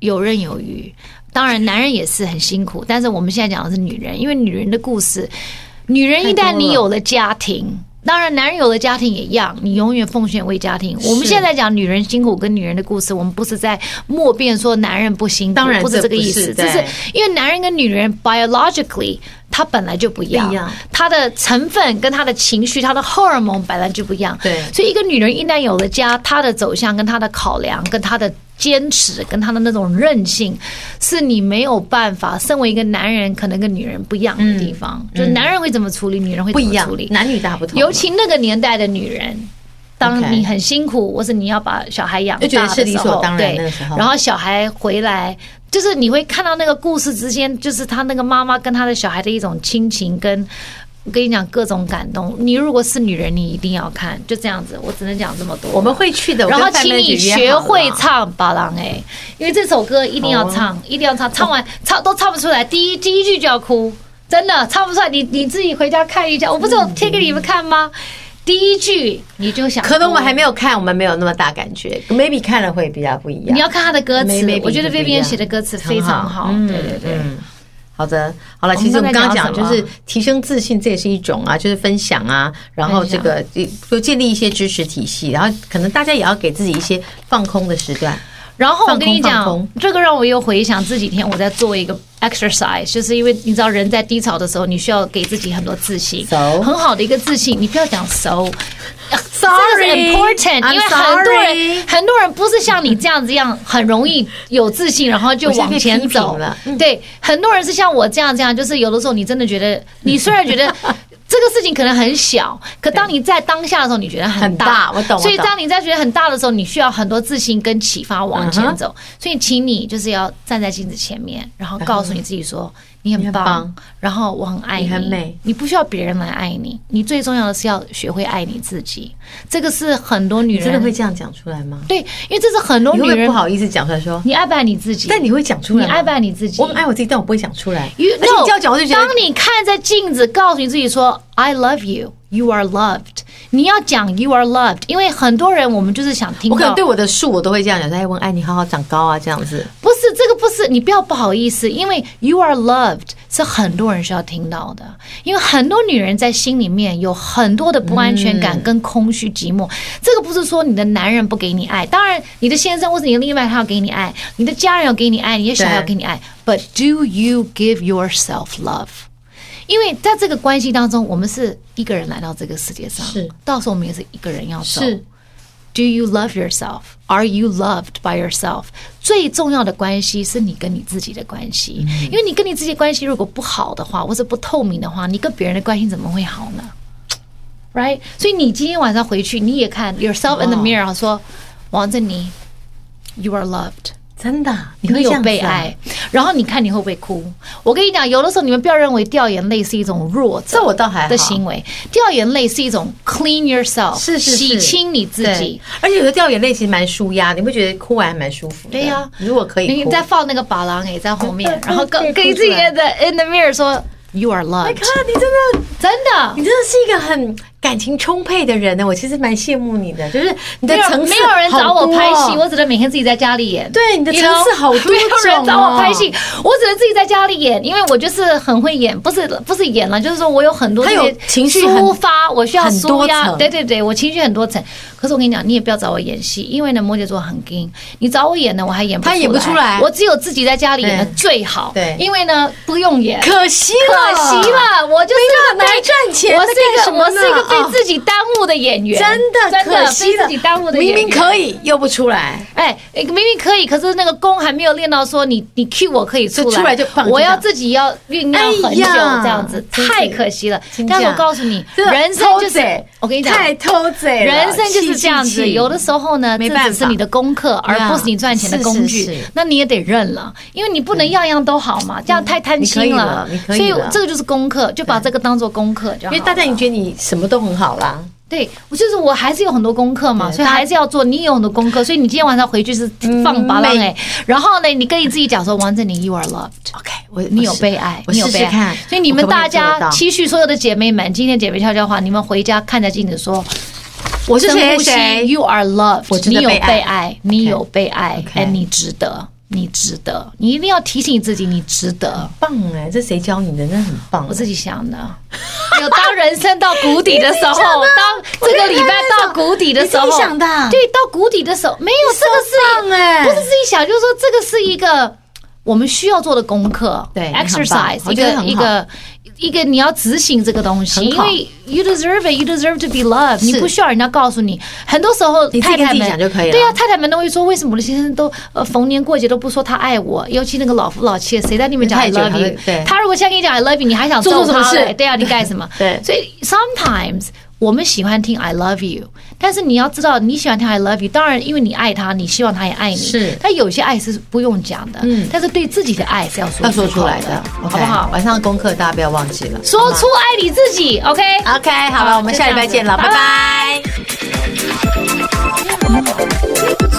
S2: 游刃有余。当然，男人也是很辛苦，但是我们现在讲的是女人，因为女人的故事，女人一
S1: 太多
S2: 旦你
S1: 了
S2: 有了家庭。当然，男人有了家庭也一样，你永远奉献为家庭。我们
S1: 是
S2: 现在讲女人辛苦跟女人的故事，我们不是在莫辩说男人不辛苦，
S1: 当然
S2: 不是
S1: 这
S2: 这个
S1: 不
S2: 意
S1: 是
S2: 思，这
S1: 对
S2: 是因为男人跟女人 biologically 他本来就不一样，
S1: 不一样
S2: 他的成分跟他的情绪、他的荷尔蒙本来就不一样，
S1: 对
S2: 所以一个女人一旦有了家，她的走向跟她的考量、跟她的坚持、跟她的那种韧性，是你没有办法。身为一个男人，可能跟女人不一样的地方，就是男人会怎么处理，女人会
S1: 嗯不
S2: 怎
S1: 一
S2: 么
S1: 样
S2: 处理，，
S1: 男女大不同，
S2: 尤其那个年代的女人。当
S1: OK
S2: 你很辛苦，或是你要把小孩养
S1: 就觉得
S2: 大
S1: 是
S2: 的
S1: 理
S2: 时
S1: 所
S2: 候，
S1: 当然
S2: 对
S1: 那个时，候
S2: 然后小孩回来，就是你会看到那个故事之间，就是他那个妈妈跟他的小孩的一种亲情跟。我跟你讲各种感动，你如果是女人，你一定要看，就这样子，我只能讲这么多。
S1: 我们会去的。我
S2: 然后
S1: 跟范
S2: 请
S1: 妹
S2: 你
S1: 姐约好
S2: 学
S1: 了
S2: 会唱《巴郎》哎，因为这首歌一定要
S1: 好啊
S2: 唱，一定要唱，唱完唱都唱不出来，第一第一句就要哭，真的唱不出来。你你自己回家看一下，我不是有贴给你们看吗？第一句你就想哭，
S1: 可能我们还没有看，我们没有那么大感觉，maybe 看了会比较不一样。
S2: 你要看他的歌
S1: 没
S2: 词
S1: 没，
S2: 我觉得
S1: 比不一
S2: Vivian
S1: 样
S2: 写的歌词非常好，
S1: 嗯
S2: 对对对。
S1: 嗯好的，好了，
S2: 我们
S1: 其实我们刚刚
S2: 刚才
S1: 讲
S2: 讲
S1: 就是
S2: 什么
S1: 提升自信，这也是一种啊，就是分享啊，然后这个就建立一些支持体系，然后可能大家也要给自己一些放空的时段。
S2: 然后我跟你
S1: 放
S2: 讲
S1: 空，
S2: 这个让我又回想这几天我在做一个 exercise，就是因为你知道人在低潮的时候，你需要给自己很多自信，
S1: 熟
S2: 很好的一个自信。你不要讲熟。这个是
S1: Sorry，
S2: important，
S1: I'm
S2: 因为很多
S1: sorry
S2: 人很多人不是像你这样子一样很容易有自信，然后就往前
S1: 我现在被批
S2: 走
S1: 评了。嗯
S2: 对，很多人是像我这样这样，就是有的时候你真的觉得， 你虽然觉得这个事情可能很小，可当你在当下的时候，你觉得很
S1: 很
S2: 大
S1: 大。我懂我
S2: 所以
S1: 懂
S2: 当你在觉得很大的时候，你需要很多自信跟启发往
S1: 嗯
S2: 前
S1: 哼
S2: 走。所以，请你就是要站在镜子前面，然后告诉你自己说。你很
S1: 你很
S2: 棒
S1: 棒，
S2: 然后我很爱你，
S1: 你很美
S2: 你不需要别人来爱你，你最重要的是要学会爱你自己。这个是很多女
S1: 你真的
S2: 人
S1: 会这样讲出来吗？
S2: 对，因为这是很多
S1: 你
S2: 女
S1: 会不会
S2: 人
S1: 不，好意思讲出来说，
S2: 你爱不爱你自己？
S1: 但你会讲出
S2: 你
S1: 来吗，
S2: 爱不爱你自己？
S1: 我很爱我自己，但我不会讲出来。
S2: You
S1: 而且你这样讲，我就觉得
S2: 当你看着镜子，告诉你自己说 “I love you, you are loved”，你要讲 “you are loved”，因为很多人我们就是想听
S1: 我可
S2: 到
S1: 能对，我的树，我都会这样讲，哎，文爱你好好长高啊，这样子。
S2: 不是这个，不是你不要不好意思，因为 “you are loved” 是很多人需要听到的，因为很多女人在心里面有很多的不安全感跟空虚寂寞。这个不是说你的男人不给你爱，当然你的先生或者你的另一半他要给你爱，你的家人要给你爱，你的小孩要
S1: 对
S2: 给你爱，But do you give yourself love？因为在这个关系当中，我们是一个人来到这个世界上，
S1: 是
S2: 到时候我们也是一个人要走。
S1: 是
S2: Do you love yourself? Are you loved by yourself？最重要的关系是你跟你自己的关系，
S1: 嗯
S2: 因为你跟你自己的关系如果不好的话，或者不透明的话，你跟别人的关系怎么会好呢？Right？所以你今天晚上回去，你也看 yourself in the mirror，、说王振宁，You are loved。
S1: 真的，你
S2: 你会
S1: 会这
S2: 有
S1: 样子啊
S2: 被爱，然后你看你会不会哭？我跟你讲，有的时候你们不要认为掉眼泪是一种弱者，
S1: 这我倒还好
S2: 的行为。掉眼泪是一种 clean yourself，
S1: 是是是
S2: 洗清你自
S1: 对。
S2: 己
S1: 而且有的掉眼泪其实蛮舒压，你不觉得哭完还蛮舒服的？
S2: 对呀
S1: 如果可以
S2: 你
S1: 哭，，Oh
S2: 再放那个把郎给在后面，
S1: 对
S2: 然后
S1: 对
S2: 跟
S1: 对
S2: 跟自己
S1: 哭出来
S2: 的 in the mirror 说 you are loved，
S1: 看你真的。
S2: 真的
S1: 你。真的是一个很感情充沛的人呢，我其实蛮羡慕你的，就是你的
S2: 没有
S1: 层次
S2: 没有人找
S1: 好
S2: 我
S1: 多哦
S2: 拍戏，我只能每天自己在家里演。
S1: 对你的
S2: You
S1: 层次
S2: know？
S1: 好多
S2: 没有
S1: 种啊
S2: 人找我拍戏
S1: 哦，
S2: 我只能自己在家里演，因为我就是很会演，不是不是演了，就是说我有很多
S1: 他有
S2: 这些
S1: 情绪很
S2: 抒发，我需要
S1: 很多
S2: 抒压，
S1: 层
S2: 对对对，我情绪很多层。可是我跟你讲，你也不要找我演戏，因为呢，摩羯座很硬，你找我演呢，我还演不
S1: 他演不出来
S2: 我只有自己在家里演的
S1: 对
S2: 最好，
S1: 对
S2: 因为呢不 用演，
S1: 可惜了，
S2: 可惜了，我就是
S1: 没办法
S2: 没
S1: 没赚钱
S2: 我是一
S1: 在干什
S2: 个
S1: 么
S2: 我是一个
S1: 呢啊
S2: 被自己耽误的演员，
S1: 真的
S2: 真的
S1: 可惜
S2: 被
S1: 了，
S2: 自己耽误的演
S1: 明明
S2: 员。
S1: 可以又不出来，
S2: 哎，明明可以，可是那个功还没有练到，说你你 Q 我可以出
S1: 就
S2: 来，
S1: 出来就棒
S2: 我要
S1: 就这样
S2: 自己要酝酿很
S1: 哎
S2: 久，
S1: 呀
S2: 这样子
S1: 真是
S2: 太可惜了
S1: 真。
S2: 但
S1: 啊这
S2: 我
S1: 样
S2: 告诉你，
S1: 真的
S2: 人生
S1: 偷
S2: 就是
S1: 贼
S2: 我跟你讲。
S1: 太偷贼了，
S2: 人生就是这样
S1: 气
S2: 子，
S1: 气气
S2: 有的时候呢，
S1: 没
S2: 这
S1: 办
S2: 只是
S1: 法
S2: 你的功课，而
S1: 呀
S2: 不是你赚钱的
S1: 是
S2: 工
S1: 是
S2: 具
S1: 是。
S2: 那你也得认了，因为你不能样样都好嘛，这样太贪
S1: 你可以
S2: 心
S1: 了你可
S2: 所
S1: 以
S2: 以
S1: 了
S2: 这个就是功课，就把这个当做功课就好
S1: 因为
S2: 了。
S1: 大家已经觉得你什么都很好啦，
S2: 对，我就是我还是有很多功课嘛，
S1: 对
S2: 所以
S1: 大家
S2: 还是要做。你也有很多功课，所以你今天晚上回去是放巴浪
S1: 每
S2: 哎，然后呢，你跟你自己讲说，王振宁，you are loved。
S1: OK，我
S2: 你有
S1: 我试
S2: 被爱，
S1: 我
S2: 你有
S1: 试
S2: 被
S1: 试
S2: 爱
S1: 看。
S2: 所以你
S1: 我
S2: 们
S1: 可不可以
S2: 大
S1: 做得
S2: 家
S1: 到
S2: 期许所有的姐妹们，今天姐妹悄悄话，你们回家看着镜子说：“
S1: 我是
S2: 深
S1: 谁
S2: 呼吸
S1: 谁
S2: ，You are loved，
S1: 我值
S2: 你
S1: 得
S2: 有
S1: 被爱
S2: 被爱，你有被爱
S1: OK
S2: ，and 你值得，你值得，你一定要提醒自己，你值得。”
S1: 棒哎，这谁教你的？真的很棒
S2: 我。自己想 的，有当人生到谷底的时候，当这个礼拜到谷底的时候，
S1: 你自己想的
S2: 对，到谷底的时候，没有这个
S1: 棒哎
S2: 是，不是自己想，就是说这个是一个我们需要做的功课，
S1: 对你很棒
S2: ，exercise
S1: 我
S2: 一
S1: 觉得
S2: 个
S1: 很好
S2: 一个一个你要执行这个东西，
S1: 很
S2: 因
S1: 好
S2: 为 you deserve it, you deserve to be loved，
S1: 是
S2: 你不需要人家告诉你，很多时候
S1: 你自
S2: 太
S1: 己跟
S2: 太
S1: 自己
S2: 们
S1: 讲就可以了
S2: 对啊，太太们都会说，为什么我的先生都呃逢年过节都不说他爱我，尤其那个老夫老妻，谁在那边讲
S1: 太
S2: I
S1: 久
S2: love
S1: 了
S2: you？
S1: 对
S2: 他如果现在跟你讲 I love you，你还想
S1: 做
S2: 揍
S1: 错什么
S2: 他
S1: 事
S2: 嘞对啊，你干什么？
S1: 对
S2: 所以 sometimes 我们喜欢听 I love you，但是你要知道你喜欢听 I love you，当然因为你爱他，你希望他也爱你。
S1: 是
S2: 但有些爱是不用讲的，
S1: 嗯
S2: 但是对自己的爱是要说
S1: 要说
S2: 出
S1: 出
S2: 口
S1: 来的，
S2: 好不好？
S1: 晚上功课大家不要忘记了，
S2: 说出爱你自己，OK？
S1: 好吗。OK，好了，
S2: 好
S1: 我们下礼拜见了，
S2: 就
S1: 拜
S2: 这样子
S1: 拜。
S2: 哦